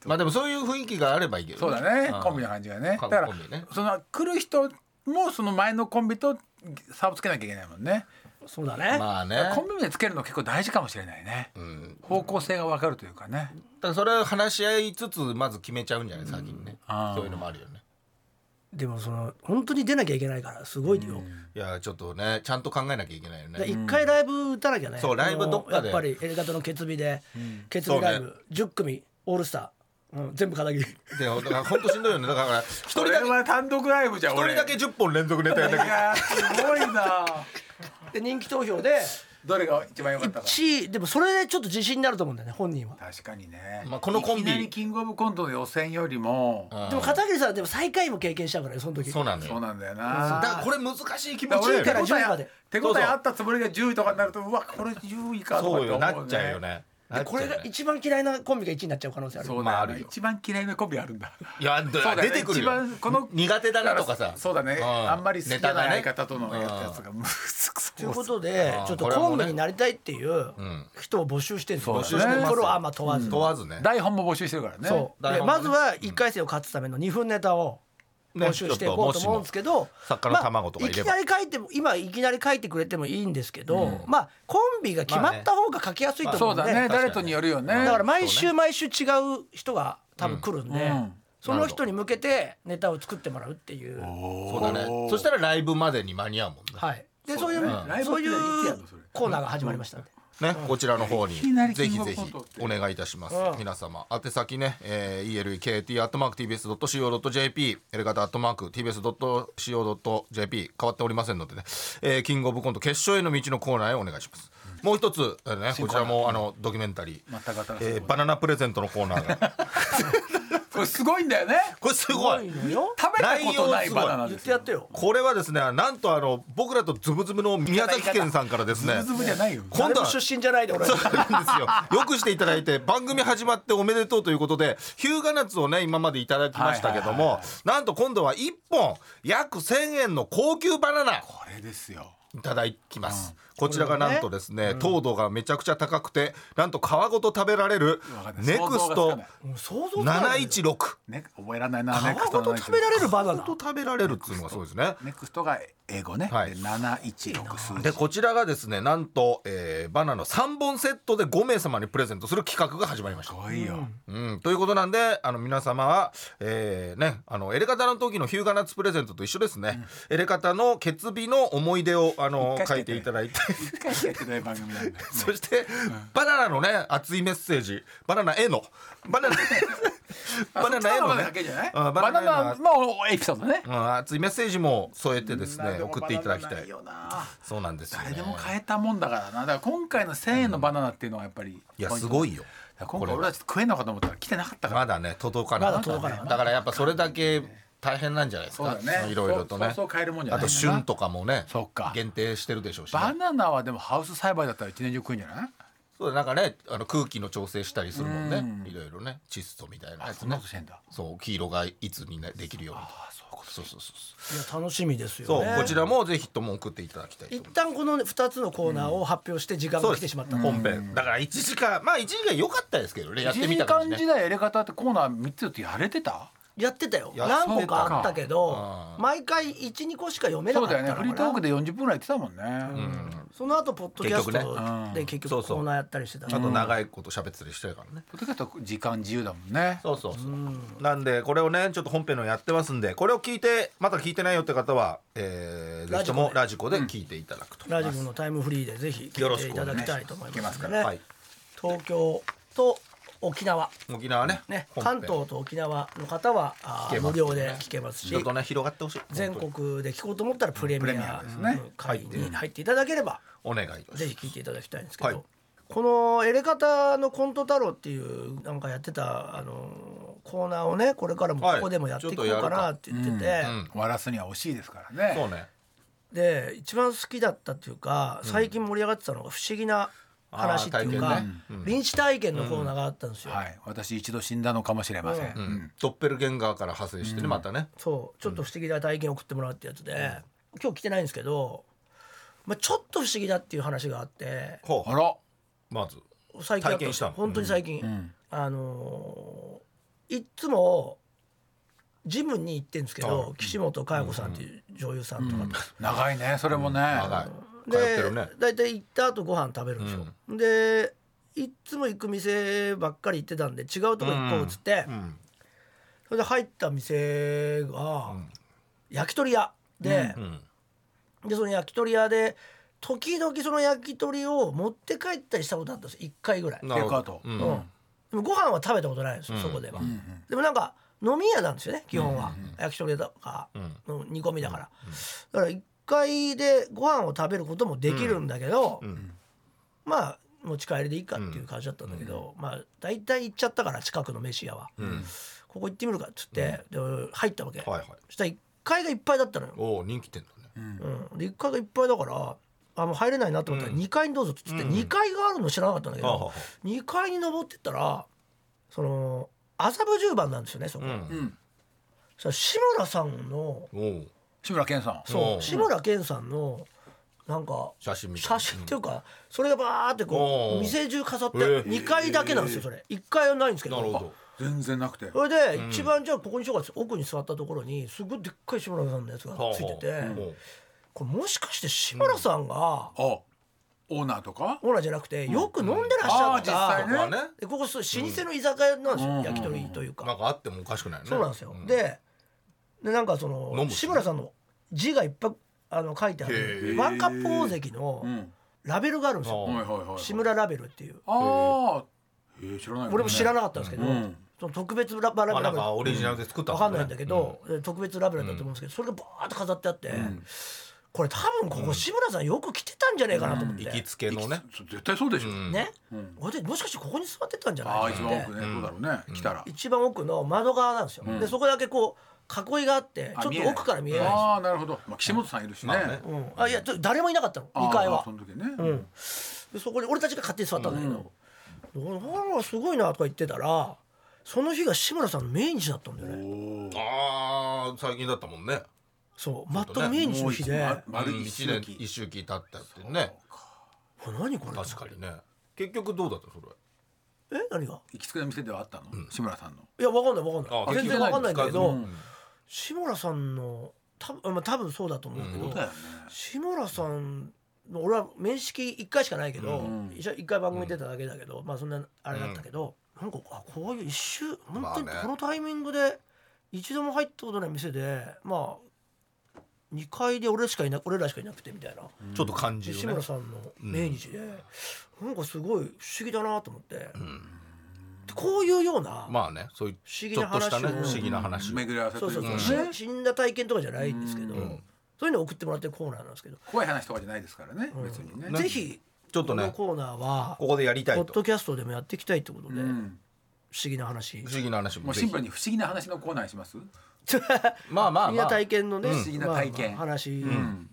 [SPEAKER 3] まあでもそういう雰囲気があればいいけど
[SPEAKER 4] そうだね、
[SPEAKER 3] ん
[SPEAKER 4] コンビの感じがね
[SPEAKER 3] コ
[SPEAKER 4] だ
[SPEAKER 3] ン
[SPEAKER 4] から
[SPEAKER 3] コンビね
[SPEAKER 4] その来る人もその前のコンビと差をつけなきゃいけないもんね
[SPEAKER 2] そうだね
[SPEAKER 3] まあね
[SPEAKER 4] コンビ名つけるの結構大事かもしれないね、
[SPEAKER 3] ん
[SPEAKER 4] 方向性がわかるというかね
[SPEAKER 3] ただそれは話し合いつつまず決めちゃうんじゃない先にね
[SPEAKER 4] あー
[SPEAKER 3] そういうのもあるよね
[SPEAKER 2] でもその本当に出なきゃいけないからすごいよ
[SPEAKER 3] いやちょっとねちゃんと考えなきゃいけないよ
[SPEAKER 2] だから
[SPEAKER 3] ね
[SPEAKER 2] 一回ライブ打たなきゃね
[SPEAKER 3] そうライブどっかで
[SPEAKER 2] やっぱりエレガトの決日で決日ライ
[SPEAKER 3] そ
[SPEAKER 2] ブ10組オールスターうん全部片桐
[SPEAKER 3] でだから本当しんどいよねだから一人だけ
[SPEAKER 4] これは単独ライブじゃん
[SPEAKER 3] 一人だけ10本連続ネタやんなきゃ
[SPEAKER 4] いやーすごいな
[SPEAKER 2] で人気投票で
[SPEAKER 4] どれが一番良かったか
[SPEAKER 2] 1位でもそれでちょっと自信になると思うんだよね本人は
[SPEAKER 4] 確かにね、
[SPEAKER 3] まあこのコンビ
[SPEAKER 4] いきなりキングオブコントの予選よりも、
[SPEAKER 3] うん
[SPEAKER 2] でも片桐さんはでも最下位も経験したからねその時
[SPEAKER 3] そうなの
[SPEAKER 4] そう
[SPEAKER 3] よ
[SPEAKER 4] なんだよ
[SPEAKER 3] だ
[SPEAKER 4] な
[SPEAKER 3] からこれ難しい気持ちだよ
[SPEAKER 2] 一位から
[SPEAKER 3] ね
[SPEAKER 2] 10位まで
[SPEAKER 4] 手応えあったつもりが10位とかになるとうわこれ10位かとか
[SPEAKER 3] そう
[SPEAKER 4] って
[SPEAKER 3] よ
[SPEAKER 4] 思うね
[SPEAKER 3] なっちゃうよねな
[SPEAKER 2] で
[SPEAKER 3] っちゃ
[SPEAKER 2] こ
[SPEAKER 3] うよ
[SPEAKER 2] れが
[SPEAKER 3] ね
[SPEAKER 2] 一番嫌いなコンビが1位になっちゃう可能性ある
[SPEAKER 4] そう
[SPEAKER 3] まあ
[SPEAKER 4] だ
[SPEAKER 3] あ
[SPEAKER 4] よ
[SPEAKER 3] るよ
[SPEAKER 4] 一番嫌いなコンビあるんだ
[SPEAKER 3] いや
[SPEAKER 4] そうだね
[SPEAKER 3] 出てくる
[SPEAKER 4] 一
[SPEAKER 3] よ
[SPEAKER 4] 番この
[SPEAKER 3] 苦手だなとかさ
[SPEAKER 4] そうだねあんまり好きじゃない相方との
[SPEAKER 3] ネ
[SPEAKER 4] や
[SPEAKER 3] タがね
[SPEAKER 4] つがむずくそ
[SPEAKER 2] ということで
[SPEAKER 3] あー
[SPEAKER 2] ちょっと
[SPEAKER 3] これは
[SPEAKER 2] コ
[SPEAKER 3] も
[SPEAKER 2] ン
[SPEAKER 3] うね
[SPEAKER 2] ビになりたいっていう
[SPEAKER 3] うん
[SPEAKER 2] 人を募集してるんですよ
[SPEAKER 4] そう
[SPEAKER 2] 募
[SPEAKER 4] だ
[SPEAKER 2] 集
[SPEAKER 4] ね
[SPEAKER 2] してるところはまあ問わず
[SPEAKER 3] 問わずね
[SPEAKER 4] 台本も募集してるからね
[SPEAKER 2] そう
[SPEAKER 3] 台
[SPEAKER 2] で
[SPEAKER 3] 本も
[SPEAKER 2] ま
[SPEAKER 3] ね
[SPEAKER 2] ずは1回戦を勝つための2分ネタを
[SPEAKER 3] ね
[SPEAKER 2] 募集していこうと思うんですけど、
[SPEAKER 3] ちょっともしも作家の卵とかいれば
[SPEAKER 2] まあ、いきなり書いても今いきなり書いてくれてもいいんですけど、まあコンビが決まった方が書きやすいと
[SPEAKER 4] そ
[SPEAKER 2] 思う
[SPEAKER 4] うん
[SPEAKER 2] で、
[SPEAKER 4] だね
[SPEAKER 3] 確かに
[SPEAKER 4] 誰とによるよね
[SPEAKER 2] だから毎週毎週違う人が多分来るんで、
[SPEAKER 4] うん
[SPEAKER 2] その人に向けてネタを作ってもらうっていう、
[SPEAKER 3] そうだねそしたらライブまでに間に合うもんね
[SPEAKER 2] はいでそういう
[SPEAKER 4] ライブ
[SPEAKER 2] そうい
[SPEAKER 4] っていつや
[SPEAKER 2] うん
[SPEAKER 4] のそれ
[SPEAKER 2] コーナーが始まりましたんで。
[SPEAKER 3] ね、こちらの方に
[SPEAKER 4] いきなり
[SPEAKER 3] ぜ
[SPEAKER 4] キン
[SPEAKER 3] ひ
[SPEAKER 4] グオ
[SPEAKER 3] ぜ
[SPEAKER 4] ブコ
[SPEAKER 3] ひ
[SPEAKER 4] ントって
[SPEAKER 3] お願いいたします、
[SPEAKER 2] うん
[SPEAKER 3] 皆様宛先ね、えー、elekt.co.jp エレガタ .tbs.co.jp 変わっておりませんのでね、えー、キングオブコント決勝への道のコーナーへお願いします、もう一つ、えーね、こちらもあのドキュメンタリー、
[SPEAKER 4] 全く新しい *laughs*
[SPEAKER 3] えーバナナプレゼントのコーナーが
[SPEAKER 4] これすごいんだよね
[SPEAKER 3] これすごい
[SPEAKER 2] すごいのよ
[SPEAKER 4] 食べたことないバナナ
[SPEAKER 2] 言
[SPEAKER 4] で
[SPEAKER 2] っ
[SPEAKER 4] す
[SPEAKER 2] てや
[SPEAKER 4] よ
[SPEAKER 2] ってよ
[SPEAKER 3] これはですねなんとあの僕らとズブズブの宮崎県さんからです
[SPEAKER 4] ズ
[SPEAKER 3] ね
[SPEAKER 4] ブズブじゃないよ
[SPEAKER 3] 今度
[SPEAKER 2] 誰
[SPEAKER 3] は
[SPEAKER 2] も出身じゃないで俺
[SPEAKER 3] そうなんですよ。よくしていただいて、番組始まっておめでとうということで、日向夏をね、今までいただきましたけ
[SPEAKER 4] はい
[SPEAKER 3] ど
[SPEAKER 4] はい
[SPEAKER 3] も
[SPEAKER 4] はい、
[SPEAKER 3] なんと今度は1本、約1000円の高級バナナ、
[SPEAKER 4] これですよ
[SPEAKER 3] いただきます。こちらがなんとですね、糖度がめちゃくちゃ高くて、なんと皮ごと食べられる
[SPEAKER 4] わかん、ない
[SPEAKER 3] ネ
[SPEAKER 4] 想
[SPEAKER 3] ク
[SPEAKER 4] 像
[SPEAKER 3] ス
[SPEAKER 4] がつか
[SPEAKER 3] ト
[SPEAKER 4] ない
[SPEAKER 2] もう想像つかない
[SPEAKER 3] 716。
[SPEAKER 4] ね覚えられないなネク
[SPEAKER 2] 皮
[SPEAKER 4] スト
[SPEAKER 2] ご
[SPEAKER 4] の
[SPEAKER 2] と食べられるバナ
[SPEAKER 3] 皮
[SPEAKER 2] ナ
[SPEAKER 3] ごと食べられるっていうのがそうですね。
[SPEAKER 4] ネクストが英語ね、
[SPEAKER 3] はい
[SPEAKER 4] で716数
[SPEAKER 3] で
[SPEAKER 4] 字
[SPEAKER 3] こちらがですねなんと、えーバナナ3本セットで5名様にプレゼントする企画が始まりました
[SPEAKER 4] すごいよ、
[SPEAKER 3] うん、ということなんであの皆様は、えーね、あのエレカタの時のヒューガナッツプレゼントと一緒ですね、エレカタの決日の思い出をあの
[SPEAKER 4] 一回しか
[SPEAKER 3] 書
[SPEAKER 4] やっ
[SPEAKER 3] い
[SPEAKER 4] て
[SPEAKER 3] て
[SPEAKER 4] ない
[SPEAKER 3] いただいて
[SPEAKER 4] 一回しかやってない番組なんだよ
[SPEAKER 3] *laughs* そして、バナナのね熱いメッセージバナナへのバ
[SPEAKER 4] *laughs*
[SPEAKER 3] ナナバナナへのね
[SPEAKER 4] だけじゃない
[SPEAKER 3] うん
[SPEAKER 4] バ
[SPEAKER 3] バ
[SPEAKER 4] ナ
[SPEAKER 3] ナ
[SPEAKER 4] ナ
[SPEAKER 3] ナ
[SPEAKER 4] のエピソードね
[SPEAKER 3] うん熱いメッセージも添えてですね
[SPEAKER 4] でも
[SPEAKER 3] 送っていただき
[SPEAKER 4] バナ
[SPEAKER 3] た
[SPEAKER 4] ナな
[SPEAKER 3] い
[SPEAKER 4] よな
[SPEAKER 3] そうなんですよ、ね、
[SPEAKER 4] 誰でも買えたもんだからなだから今回の1000円のバナナっていうのはやっぱり、
[SPEAKER 3] いやすご
[SPEAKER 4] い
[SPEAKER 3] いよ
[SPEAKER 4] 今回俺たち食えんのかと思ったら来てなかったから、
[SPEAKER 3] まだね届かない,、
[SPEAKER 2] まだ届かない
[SPEAKER 3] だからやっぱそれだけ大変なんじゃないです
[SPEAKER 4] そう
[SPEAKER 3] か
[SPEAKER 4] だね
[SPEAKER 3] いろいろとね
[SPEAKER 4] そうそうそう買えるもんじゃ
[SPEAKER 3] あ
[SPEAKER 4] ない
[SPEAKER 3] と旬とかもね
[SPEAKER 4] そっか
[SPEAKER 3] 限定してるでしょうしね、
[SPEAKER 4] バナナはでもハウス栽培だったら一年中食うんじゃない
[SPEAKER 3] そうだなんかねあの空気の調整したりするもんねいろいろね窒素みたいなやつ
[SPEAKER 4] そんな
[SPEAKER 3] ね
[SPEAKER 4] ことしてんだ
[SPEAKER 3] そう黄色がいつにねできるようにとかそうそうそうそ
[SPEAKER 2] いや楽しみです
[SPEAKER 3] うそ
[SPEAKER 2] よ
[SPEAKER 3] う、
[SPEAKER 2] ね
[SPEAKER 3] こちらもぜひとも送っていただきたいと
[SPEAKER 2] 一
[SPEAKER 3] 思います
[SPEAKER 2] 旦この2つのコーナーを発表して時間
[SPEAKER 3] そう
[SPEAKER 2] が
[SPEAKER 3] で
[SPEAKER 2] 来
[SPEAKER 3] す
[SPEAKER 2] てしまったの
[SPEAKER 3] 本編だから1時間まあ1時間良かったですけどねやって
[SPEAKER 4] 1
[SPEAKER 3] み
[SPEAKER 4] 時
[SPEAKER 3] た感
[SPEAKER 4] 間
[SPEAKER 3] じね
[SPEAKER 4] 時代やり方ってコーナー3つってやれてた
[SPEAKER 2] やってたよ
[SPEAKER 3] や
[SPEAKER 2] 何個かあったけ
[SPEAKER 3] そう
[SPEAKER 2] ど
[SPEAKER 3] か
[SPEAKER 2] 毎回12個しか読めな
[SPEAKER 4] そ
[SPEAKER 2] か
[SPEAKER 4] うだ
[SPEAKER 2] っ
[SPEAKER 4] よ
[SPEAKER 2] た
[SPEAKER 4] ね
[SPEAKER 2] の
[SPEAKER 4] フ
[SPEAKER 2] か
[SPEAKER 4] リートーク
[SPEAKER 2] な
[SPEAKER 4] で40分ぐらいやってたもんね、
[SPEAKER 2] その後ポッドキャス
[SPEAKER 3] 結局
[SPEAKER 2] トで結
[SPEAKER 3] そ
[SPEAKER 2] 局
[SPEAKER 3] うそう
[SPEAKER 2] コーナーやったりしてた
[SPEAKER 3] ち
[SPEAKER 2] か
[SPEAKER 3] ょっと
[SPEAKER 2] ら
[SPEAKER 3] 長いこと喋ってたりしてるからね
[SPEAKER 4] ポッドキャストは時間自由だもんね
[SPEAKER 3] そうそうそう、なんでこれをねちょっと本編のやってますんでこれを聞いてまだ聞いてないよって方は、えー、ぜひともラジコで聞いていただくと、
[SPEAKER 2] ラジコのタイムフリーでぜひ
[SPEAKER 3] よ
[SPEAKER 2] 聞
[SPEAKER 3] ろ
[SPEAKER 2] い
[SPEAKER 3] してく
[SPEAKER 2] い
[SPEAKER 3] お願
[SPEAKER 2] た
[SPEAKER 3] いし
[SPEAKER 2] だ
[SPEAKER 3] ま
[SPEAKER 2] きた
[SPEAKER 3] す
[SPEAKER 2] いと思いますので
[SPEAKER 3] は
[SPEAKER 2] ね
[SPEAKER 3] い
[SPEAKER 2] 東京と沖縄
[SPEAKER 3] 沖縄ね
[SPEAKER 2] ね
[SPEAKER 3] 本
[SPEAKER 2] 関
[SPEAKER 3] 編
[SPEAKER 2] 東と沖縄の方はあ
[SPEAKER 3] 聞け
[SPEAKER 2] ー
[SPEAKER 3] ます
[SPEAKER 2] 無料で聞けますし
[SPEAKER 3] ちょっとね広がってほしい
[SPEAKER 2] 全
[SPEAKER 3] 本
[SPEAKER 2] 国で聞こうと思ったらプレミ
[SPEAKER 4] プレミア
[SPEAKER 2] ア
[SPEAKER 4] ムですね
[SPEAKER 2] 会に入っていただければ
[SPEAKER 3] 当にお願いいたします
[SPEAKER 2] ぜひ聞いていただきたいんですけど、
[SPEAKER 3] はい
[SPEAKER 2] この「エレカタのコント太郎」っていうなんかやってたあのコーナーをねこれからも
[SPEAKER 3] はい
[SPEAKER 2] ここでもやっていこうかなって言ってて、
[SPEAKER 3] うん
[SPEAKER 4] 終わらすには惜しいですからね
[SPEAKER 3] そうね
[SPEAKER 2] で一番好きだったっていうか最近盛り上がってたのが不思議な話っていう
[SPEAKER 3] あー
[SPEAKER 2] か、
[SPEAKER 3] 体験ねうん
[SPEAKER 2] 臨死体験のコーナーがあったんですよ。
[SPEAKER 4] はい私一度死んだのかもしれません、
[SPEAKER 3] う
[SPEAKER 4] うんん
[SPEAKER 3] ドッペルゲンガーから派生してね、またね
[SPEAKER 2] そうちょっと不思議な体験を送ってもらうってやつで、今日来てないんですけど、まあ、ちょっと不思議だっていう話があって
[SPEAKER 3] ほ
[SPEAKER 4] あら
[SPEAKER 3] うまず
[SPEAKER 2] 最近あった
[SPEAKER 3] 体験したの
[SPEAKER 2] 本当に最近、
[SPEAKER 4] ん
[SPEAKER 2] あのーいっつもジムに行ってんですけど岸本佳代子さんっていう女優さんとかと、
[SPEAKER 4] 長いねそれもね、
[SPEAKER 3] 長い通ってるね
[SPEAKER 2] で大体行った後ご飯食べるんですよ、でいっつも行く店ばっかり行ってたんで違うとこ行こうっつって、
[SPEAKER 3] うん
[SPEAKER 2] それで入った店が焼き鳥屋で,、
[SPEAKER 3] うん
[SPEAKER 2] でその焼き鳥屋で時々その焼き鳥を持って帰ったりしたことあったんです1回ぐらい、
[SPEAKER 3] なる
[SPEAKER 4] テ
[SPEAKER 3] ほ
[SPEAKER 4] イクアウト
[SPEAKER 3] どう
[SPEAKER 2] うんんでもご飯は食べたことないんですよ、そこでは、でもなんか飲み屋なんですよね基本は、焼き鳥屋とか
[SPEAKER 3] うん
[SPEAKER 2] の煮込みだから、だから1回でご飯を食べることもできるんだけど、
[SPEAKER 3] ん
[SPEAKER 2] まあ持ち帰りでいいかっていう感じだったんだけど、まあ大体行っちゃったから近くの飯屋は、
[SPEAKER 3] うん
[SPEAKER 2] ここ行ってみるかっつって、で入ったわけ、
[SPEAKER 3] はいはい
[SPEAKER 2] そしたら1階がいっぱいだったのよ、
[SPEAKER 3] おお人気店だね
[SPEAKER 2] うん、で1階がいっぱいだからあもう入れないなと思ったら2階にどうぞっつって2階があるの知らなかったんだけ
[SPEAKER 3] はあは
[SPEAKER 2] ど
[SPEAKER 3] あ、
[SPEAKER 2] 2階に登ってったらその麻布十番なんですよねそこ、
[SPEAKER 3] うん
[SPEAKER 4] うん、
[SPEAKER 2] そしたら志村さんの
[SPEAKER 3] おお
[SPEAKER 4] 志村けんさん
[SPEAKER 2] そううん志村けんさんのなんか
[SPEAKER 3] 写真みたい
[SPEAKER 2] 写
[SPEAKER 3] な
[SPEAKER 2] 真っていうかそれがバーってこ
[SPEAKER 3] お
[SPEAKER 2] う
[SPEAKER 3] ー
[SPEAKER 2] 店中飾って
[SPEAKER 3] えー
[SPEAKER 2] 2階だけなんですよそれ1階はないんですけ
[SPEAKER 3] なるほ
[SPEAKER 2] ど
[SPEAKER 3] ど
[SPEAKER 4] 全然なくて
[SPEAKER 2] それで一番じゃあここにしようかっつって奥に座ったところにすごいでっかい志村さんのやつが
[SPEAKER 3] はあはあ
[SPEAKER 2] ついてて
[SPEAKER 3] おう
[SPEAKER 2] これもしかして志村さんが
[SPEAKER 4] あオーナーとか
[SPEAKER 2] オーナーじゃなくてよく飲んでらっしゃった
[SPEAKER 4] あー実際ね
[SPEAKER 3] まあね
[SPEAKER 2] でここそう老舗の居酒屋なんですよ、
[SPEAKER 4] うん
[SPEAKER 2] 焼き鳥というか、
[SPEAKER 3] なんかあってもおかしくないよね
[SPEAKER 2] そうなんですよ、ででなんかそ
[SPEAKER 3] 飲
[SPEAKER 2] の
[SPEAKER 3] むし
[SPEAKER 2] 志村さんの字がいっぱいあの書いてある
[SPEAKER 4] へー
[SPEAKER 2] ワンカップ大関の
[SPEAKER 4] うん
[SPEAKER 2] ラベルがあるんですよ
[SPEAKER 4] は
[SPEAKER 3] あ
[SPEAKER 4] いはいはいはい
[SPEAKER 2] 志村ラベルっていう
[SPEAKER 4] ああえー、知らない
[SPEAKER 2] 俺も知ら
[SPEAKER 4] ない
[SPEAKER 2] なかったんですけど、
[SPEAKER 4] うん
[SPEAKER 2] その特別ラバラ
[SPEAKER 3] ま
[SPEAKER 2] ベ
[SPEAKER 3] あ
[SPEAKER 2] ル
[SPEAKER 3] なんかオリジナルで作った
[SPEAKER 2] わ
[SPEAKER 3] の
[SPEAKER 2] か
[SPEAKER 3] ね
[SPEAKER 2] んないんだけど、特別ラベルだと思うんですけどそれがバーッと飾ってあって、これ多分ここ志村さんよく来てたんじゃねえかなと思って、
[SPEAKER 3] 行きつけのね
[SPEAKER 4] そ絶対そうでしょ、
[SPEAKER 3] うん
[SPEAKER 2] ね、
[SPEAKER 4] うん
[SPEAKER 2] これでもしかしてここに座ってたんじゃ
[SPEAKER 4] あ
[SPEAKER 2] な
[SPEAKER 4] あ
[SPEAKER 2] い
[SPEAKER 4] 一
[SPEAKER 2] か
[SPEAKER 4] 番
[SPEAKER 2] なって
[SPEAKER 4] 奥ね、そうだろうね、来たら
[SPEAKER 2] 一番奥の窓側なんですよ、
[SPEAKER 4] ん
[SPEAKER 2] でそこだけこう囲いがあってちょっと奥から見えない
[SPEAKER 4] ああなるほど、まあ、岸本さんいるしね,、
[SPEAKER 3] まあね
[SPEAKER 2] うん、あいやちょっと誰もいなかったの
[SPEAKER 4] あー
[SPEAKER 2] 2階は
[SPEAKER 4] その時ね、
[SPEAKER 2] うん、でそこに俺たちが勝手に座ったんだけど「なんかすごいな」とか言ってたらその日が志村さんの命日だったんだよね
[SPEAKER 4] おー
[SPEAKER 3] あー最近だったもんね
[SPEAKER 2] そう全く命日の日で
[SPEAKER 4] もう一丸
[SPEAKER 3] うん
[SPEAKER 4] 一
[SPEAKER 3] 一
[SPEAKER 4] 周
[SPEAKER 3] 年
[SPEAKER 4] 期
[SPEAKER 3] 一周期経ったってね
[SPEAKER 2] 「これ何これ?」
[SPEAKER 3] 確かにね結局どうだったそれ
[SPEAKER 2] え何が
[SPEAKER 4] 行きつけの店ではあったの、志村さんの
[SPEAKER 2] いやわかんないわかんな
[SPEAKER 3] あ
[SPEAKER 2] い全然わかんないんだけ
[SPEAKER 3] う
[SPEAKER 2] ど
[SPEAKER 3] ん
[SPEAKER 2] 志村さんの多分,、まあ、多分そうだと思うけど、
[SPEAKER 3] うん
[SPEAKER 4] だよね
[SPEAKER 2] 志村さんの俺は面識1回しかないけど、
[SPEAKER 4] うん
[SPEAKER 2] 一緒一回番組出ただけだけど、まあそんなあれだったけど、なんかあこういう一周本当に
[SPEAKER 3] まあね
[SPEAKER 2] このタイミングで一度も入ったことない店でまあ2階で俺しかいな俺らしかいなくてみたいな、
[SPEAKER 3] ちょっと感じ
[SPEAKER 2] で
[SPEAKER 3] をね
[SPEAKER 2] 志村さんの命日で、なんかすごい不思議だなと思って、でこういうような、
[SPEAKER 3] まあねそういう
[SPEAKER 2] 不思議
[SPEAKER 3] ちょ
[SPEAKER 2] な
[SPEAKER 3] っとした
[SPEAKER 2] 話
[SPEAKER 3] ね
[SPEAKER 2] を
[SPEAKER 3] 不思議な話
[SPEAKER 4] 巡り合わせと
[SPEAKER 2] そう
[SPEAKER 4] い
[SPEAKER 2] そうう
[SPEAKER 4] か
[SPEAKER 2] そう、
[SPEAKER 4] ね
[SPEAKER 2] し死んだ体験とかじゃないんですけど、そういうの送ってもらってるコーナーなんですけど、
[SPEAKER 4] 怖い話とかじゃないですからね、別にね
[SPEAKER 2] ぜひ
[SPEAKER 3] ちょっとね
[SPEAKER 2] このコーナーは
[SPEAKER 3] ここでやりた
[SPEAKER 2] ポ
[SPEAKER 3] い
[SPEAKER 2] ッ
[SPEAKER 3] と
[SPEAKER 2] ドキャストでもやっていきたいってことで、
[SPEAKER 4] う
[SPEAKER 2] 不思
[SPEAKER 4] ん、
[SPEAKER 2] 議な話
[SPEAKER 3] 不思議な話
[SPEAKER 4] も
[SPEAKER 3] も
[SPEAKER 4] う
[SPEAKER 3] ぜ
[SPEAKER 4] シ
[SPEAKER 3] ひ
[SPEAKER 4] ンプルに不思議な話のコーナーにします
[SPEAKER 3] まあまあ
[SPEAKER 2] みんな
[SPEAKER 3] まあ
[SPEAKER 2] 体験のね、
[SPEAKER 4] 不思議な体験
[SPEAKER 2] まあまあ話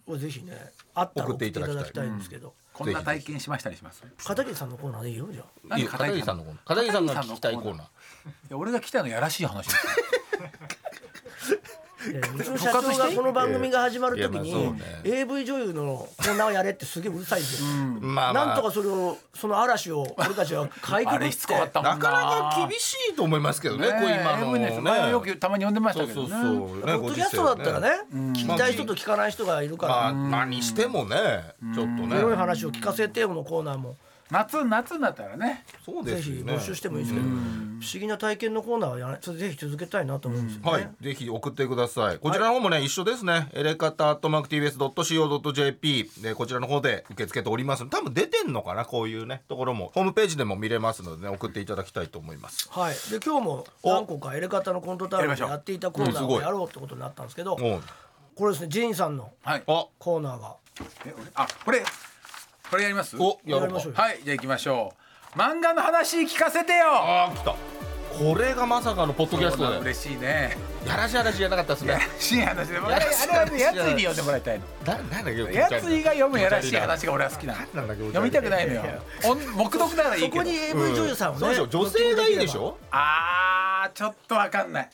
[SPEAKER 2] をぜひね、あったら送っていただきたいんですけど、
[SPEAKER 4] こんな体験しましたりします
[SPEAKER 2] 片桐さんのコーナーでいいよじゃあ
[SPEAKER 3] いいよ片桐さんのコーナー片桐さんが聞きたいコーナー
[SPEAKER 4] いや俺が来たのやらしい話ですよ
[SPEAKER 2] で
[SPEAKER 3] *laughs*
[SPEAKER 2] うちの社長がこの番組が始まるときに、
[SPEAKER 3] いやまあそうね
[SPEAKER 2] AV 女優のコーナーをやれってすげえうるさいんですよ、
[SPEAKER 3] まあまあ
[SPEAKER 2] なんとかそれをその嵐を俺たちはかいく
[SPEAKER 4] あ
[SPEAKER 2] ぐ
[SPEAKER 4] れ
[SPEAKER 2] っ
[SPEAKER 4] しつこかってたも
[SPEAKER 3] なんか
[SPEAKER 4] な
[SPEAKER 3] なか厳しいと思いますけどね、こう今の
[SPEAKER 4] ね
[SPEAKER 3] ね
[SPEAKER 4] え。前よくたまに呼んでました
[SPEAKER 3] そう
[SPEAKER 4] け
[SPEAKER 3] そ
[SPEAKER 4] ど
[SPEAKER 3] う
[SPEAKER 4] ね
[SPEAKER 3] そう。
[SPEAKER 2] ポッドキャストだったらね。聞きたい人と聞かない人がいるから、
[SPEAKER 3] まあ、まあにしてもね、ちょっとね。
[SPEAKER 2] 黒い話を聞かせてよのコーナーも
[SPEAKER 4] 夏夏になったらね
[SPEAKER 3] そう
[SPEAKER 2] ぜ
[SPEAKER 3] です
[SPEAKER 2] ひ
[SPEAKER 3] よね
[SPEAKER 2] 募。集してもいいですけど、不思議な体験のコーナーはやらそれぜひ続けたいなと思うんですよね。
[SPEAKER 3] はい、ぜひ送ってください。こちらの方もね、一緒ですね。エレカタアットマーク TBS ドット CO ドット JP でこちらの方で受け付けております。多分出てんのかな、こういうねところもホームページでも見れますので、ね、送っていただきたいと思います。
[SPEAKER 2] はい、で今日も何個かエレカタのコントタイムでやっていたコーナーをやろうってことになったんですけど、
[SPEAKER 3] おう
[SPEAKER 2] これですねジェインさんの
[SPEAKER 4] はい
[SPEAKER 3] あ、
[SPEAKER 2] コーナーが
[SPEAKER 4] え俺あこれこれやります
[SPEAKER 3] お、やろ
[SPEAKER 2] やり
[SPEAKER 3] う
[SPEAKER 2] ま
[SPEAKER 3] か
[SPEAKER 2] しょう。よ
[SPEAKER 4] はいじゃあ行きましょう漫画の話聞かせてよ
[SPEAKER 3] あー、来た。これがまさかのポッドキャストで、
[SPEAKER 4] 嬉しいね *laughs*
[SPEAKER 3] やらしい話じゃなかったですね。
[SPEAKER 4] しい話でも
[SPEAKER 3] や
[SPEAKER 4] あれ
[SPEAKER 3] らしい
[SPEAKER 4] あ
[SPEAKER 3] 話
[SPEAKER 4] れはやついに呼んでもらいたいの
[SPEAKER 3] だ、なんだっけ
[SPEAKER 4] やついが読むやらしい。
[SPEAKER 3] 気持ち悪
[SPEAKER 4] 話が俺は好きなの
[SPEAKER 3] なんだっけ
[SPEAKER 4] 読みたくないのよお黙読ならい
[SPEAKER 2] そ
[SPEAKER 4] いけ
[SPEAKER 2] こ
[SPEAKER 4] ど
[SPEAKER 2] に AV 女優さんをね、
[SPEAKER 3] そうでしょ女性がいいでしょ
[SPEAKER 4] あーちょっとわかんない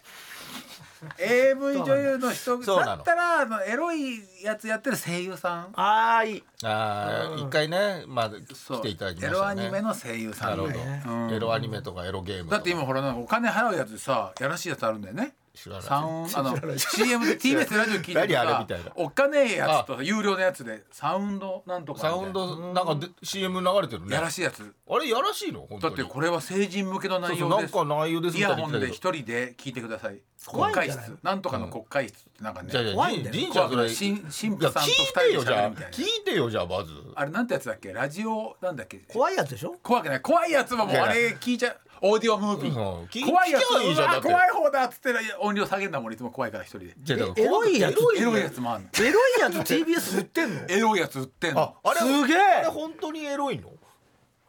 [SPEAKER 4] AV 女優の人
[SPEAKER 3] そうな
[SPEAKER 4] だ
[SPEAKER 3] の
[SPEAKER 4] ったらあのエロいやつやってる声優さん
[SPEAKER 2] ああいい
[SPEAKER 3] ああ一回ねまあ
[SPEAKER 4] そう
[SPEAKER 3] 来ていただきま
[SPEAKER 4] エ
[SPEAKER 3] し
[SPEAKER 4] ロ
[SPEAKER 3] た
[SPEAKER 4] ア
[SPEAKER 3] ね
[SPEAKER 4] ニメの声優さ
[SPEAKER 3] なんるほ
[SPEAKER 4] ぐらいね
[SPEAKER 3] どエロアニメとかエロゲームとか
[SPEAKER 4] だって今ほらなんかお金払うやつでさやらしいやつあるんだよね
[SPEAKER 3] 知らない
[SPEAKER 4] 三あの CM で TBS ラジオ聞いてる
[SPEAKER 3] 何あれ
[SPEAKER 4] さ
[SPEAKER 3] みたいな
[SPEAKER 4] おっかねえやつと有料のやつでサウンドなんとかみた
[SPEAKER 3] サ
[SPEAKER 4] いな
[SPEAKER 3] ウンドなんかで CM 流れてるね
[SPEAKER 4] やら
[SPEAKER 3] あ
[SPEAKER 4] しいやつ
[SPEAKER 3] れやらしいの本
[SPEAKER 4] だ
[SPEAKER 3] 当
[SPEAKER 4] っ
[SPEAKER 3] に
[SPEAKER 4] てこれは成人向けの
[SPEAKER 3] そ
[SPEAKER 4] 内
[SPEAKER 3] うそ
[SPEAKER 4] 容
[SPEAKER 3] うな
[SPEAKER 4] で
[SPEAKER 3] ん
[SPEAKER 4] す
[SPEAKER 3] か内容です
[SPEAKER 4] イ
[SPEAKER 3] みた
[SPEAKER 4] ヤ
[SPEAKER 3] いに
[SPEAKER 4] ホンで
[SPEAKER 3] 言ってたけど
[SPEAKER 4] 一人で聞いてください
[SPEAKER 2] 怖い
[SPEAKER 4] 国
[SPEAKER 2] んじゃない
[SPEAKER 4] 会室なんとかの国会室ってなんか
[SPEAKER 3] じゃあじ
[SPEAKER 4] ね
[SPEAKER 3] ゃあ
[SPEAKER 2] 怖いんだよ
[SPEAKER 3] りんちゃんそれ
[SPEAKER 4] 怖いしん神
[SPEAKER 3] いや
[SPEAKER 4] 父さんと
[SPEAKER 3] 聞
[SPEAKER 4] 二
[SPEAKER 3] い
[SPEAKER 4] 人
[SPEAKER 3] てよ
[SPEAKER 4] で
[SPEAKER 3] じ
[SPEAKER 4] 喋
[SPEAKER 3] ゃ
[SPEAKER 4] る
[SPEAKER 3] あ
[SPEAKER 4] みたいな
[SPEAKER 3] 聞いてよじゃあまず
[SPEAKER 4] あれなんてやつだっけラジオなんだっけ
[SPEAKER 2] 怖いやつでしょ
[SPEAKER 4] 怖くない怖いやつはもう
[SPEAKER 3] いや
[SPEAKER 4] あれ聞いちゃうオーディオムービ
[SPEAKER 3] うん
[SPEAKER 4] ー
[SPEAKER 3] 聞い
[SPEAKER 4] 怖いやつ
[SPEAKER 3] 聞きゃいいじゃん
[SPEAKER 4] うわ
[SPEAKER 3] だって
[SPEAKER 4] 怖い方だっつって音量下げるんだもんいつも怖いから一人で
[SPEAKER 3] じゃあだから
[SPEAKER 2] えエロいやつ
[SPEAKER 4] エロいやつもあんの
[SPEAKER 2] エロいやつ TBS 売ってんの
[SPEAKER 4] エロいやつ売ってん
[SPEAKER 3] あ
[SPEAKER 4] の
[SPEAKER 3] あれ
[SPEAKER 2] すげえ
[SPEAKER 3] あれ本当にエロいの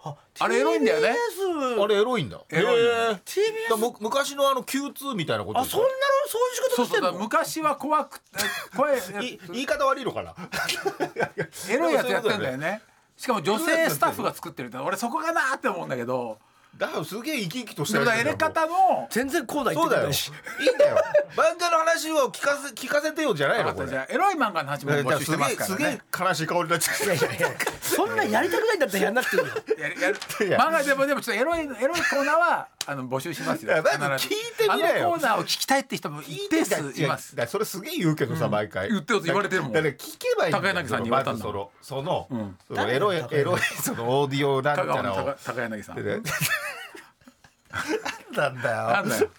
[SPEAKER 2] あ
[SPEAKER 4] あれエロいんだよね
[SPEAKER 2] TBS
[SPEAKER 3] あれエロいんだ
[SPEAKER 4] エロいの
[SPEAKER 2] TBS
[SPEAKER 3] へえだからむ昔のあの Q2 みたいなこと
[SPEAKER 2] あそんなのそういう仕
[SPEAKER 4] そ
[SPEAKER 2] 事
[SPEAKER 4] う
[SPEAKER 2] して
[SPEAKER 4] そうんだ
[SPEAKER 2] の
[SPEAKER 4] 昔は怖くて怖いやつ
[SPEAKER 3] い言い方悪いのかな
[SPEAKER 4] *laughs* エロいやつやってんだよねしかも女性スタッフが作ってるって俺そこかなーって思うんだけど
[SPEAKER 3] *laughs* だからすげえ生き生きとして
[SPEAKER 4] でもだ
[SPEAKER 3] る
[SPEAKER 4] からエレ方の
[SPEAKER 2] 全然コーナー行っ
[SPEAKER 3] そう
[SPEAKER 2] てく
[SPEAKER 3] だ
[SPEAKER 2] れ
[SPEAKER 3] よ。
[SPEAKER 2] ない
[SPEAKER 3] い
[SPEAKER 2] し
[SPEAKER 3] いんだよ。漫画の話を聞かせ聞かせてよじゃない
[SPEAKER 4] 分か
[SPEAKER 3] の
[SPEAKER 4] った
[SPEAKER 3] これ。
[SPEAKER 4] じゃあエロい漫画の話も
[SPEAKER 3] だか
[SPEAKER 4] 募
[SPEAKER 3] ら
[SPEAKER 4] 集し
[SPEAKER 3] す
[SPEAKER 4] てま
[SPEAKER 3] げえ
[SPEAKER 4] すか
[SPEAKER 3] す
[SPEAKER 4] ら
[SPEAKER 3] げえ
[SPEAKER 4] ね
[SPEAKER 3] 悲しい顔になっちゃ
[SPEAKER 2] いや
[SPEAKER 3] う。
[SPEAKER 2] いやいやそんなんやりたくないんだったらやんなくていいよ
[SPEAKER 4] やるやる
[SPEAKER 3] や
[SPEAKER 4] 漫画でもでもちょっとエロいエロいコーナーはあの募集しますよ
[SPEAKER 3] いやだから
[SPEAKER 4] 必ず
[SPEAKER 3] 聞いてみなよ
[SPEAKER 4] あのコーナーを聞きたいって人も一定数います
[SPEAKER 3] だからそれすげえ言うけどさ、毎回
[SPEAKER 4] 言ってよって言われてるもん
[SPEAKER 3] だから聞けばいいだよ
[SPEAKER 4] 高柳さんに言われたんだ
[SPEAKER 3] そ
[SPEAKER 4] もん
[SPEAKER 3] のその,、
[SPEAKER 4] ん
[SPEAKER 3] そのエロい
[SPEAKER 2] 誰
[SPEAKER 3] エロいそのオーディオなん
[SPEAKER 4] 香
[SPEAKER 3] た
[SPEAKER 4] 川
[SPEAKER 3] ら
[SPEAKER 4] の
[SPEAKER 3] を
[SPEAKER 4] 高高柳さん
[SPEAKER 3] でねなんだ
[SPEAKER 4] な
[SPEAKER 3] よ
[SPEAKER 4] んだよ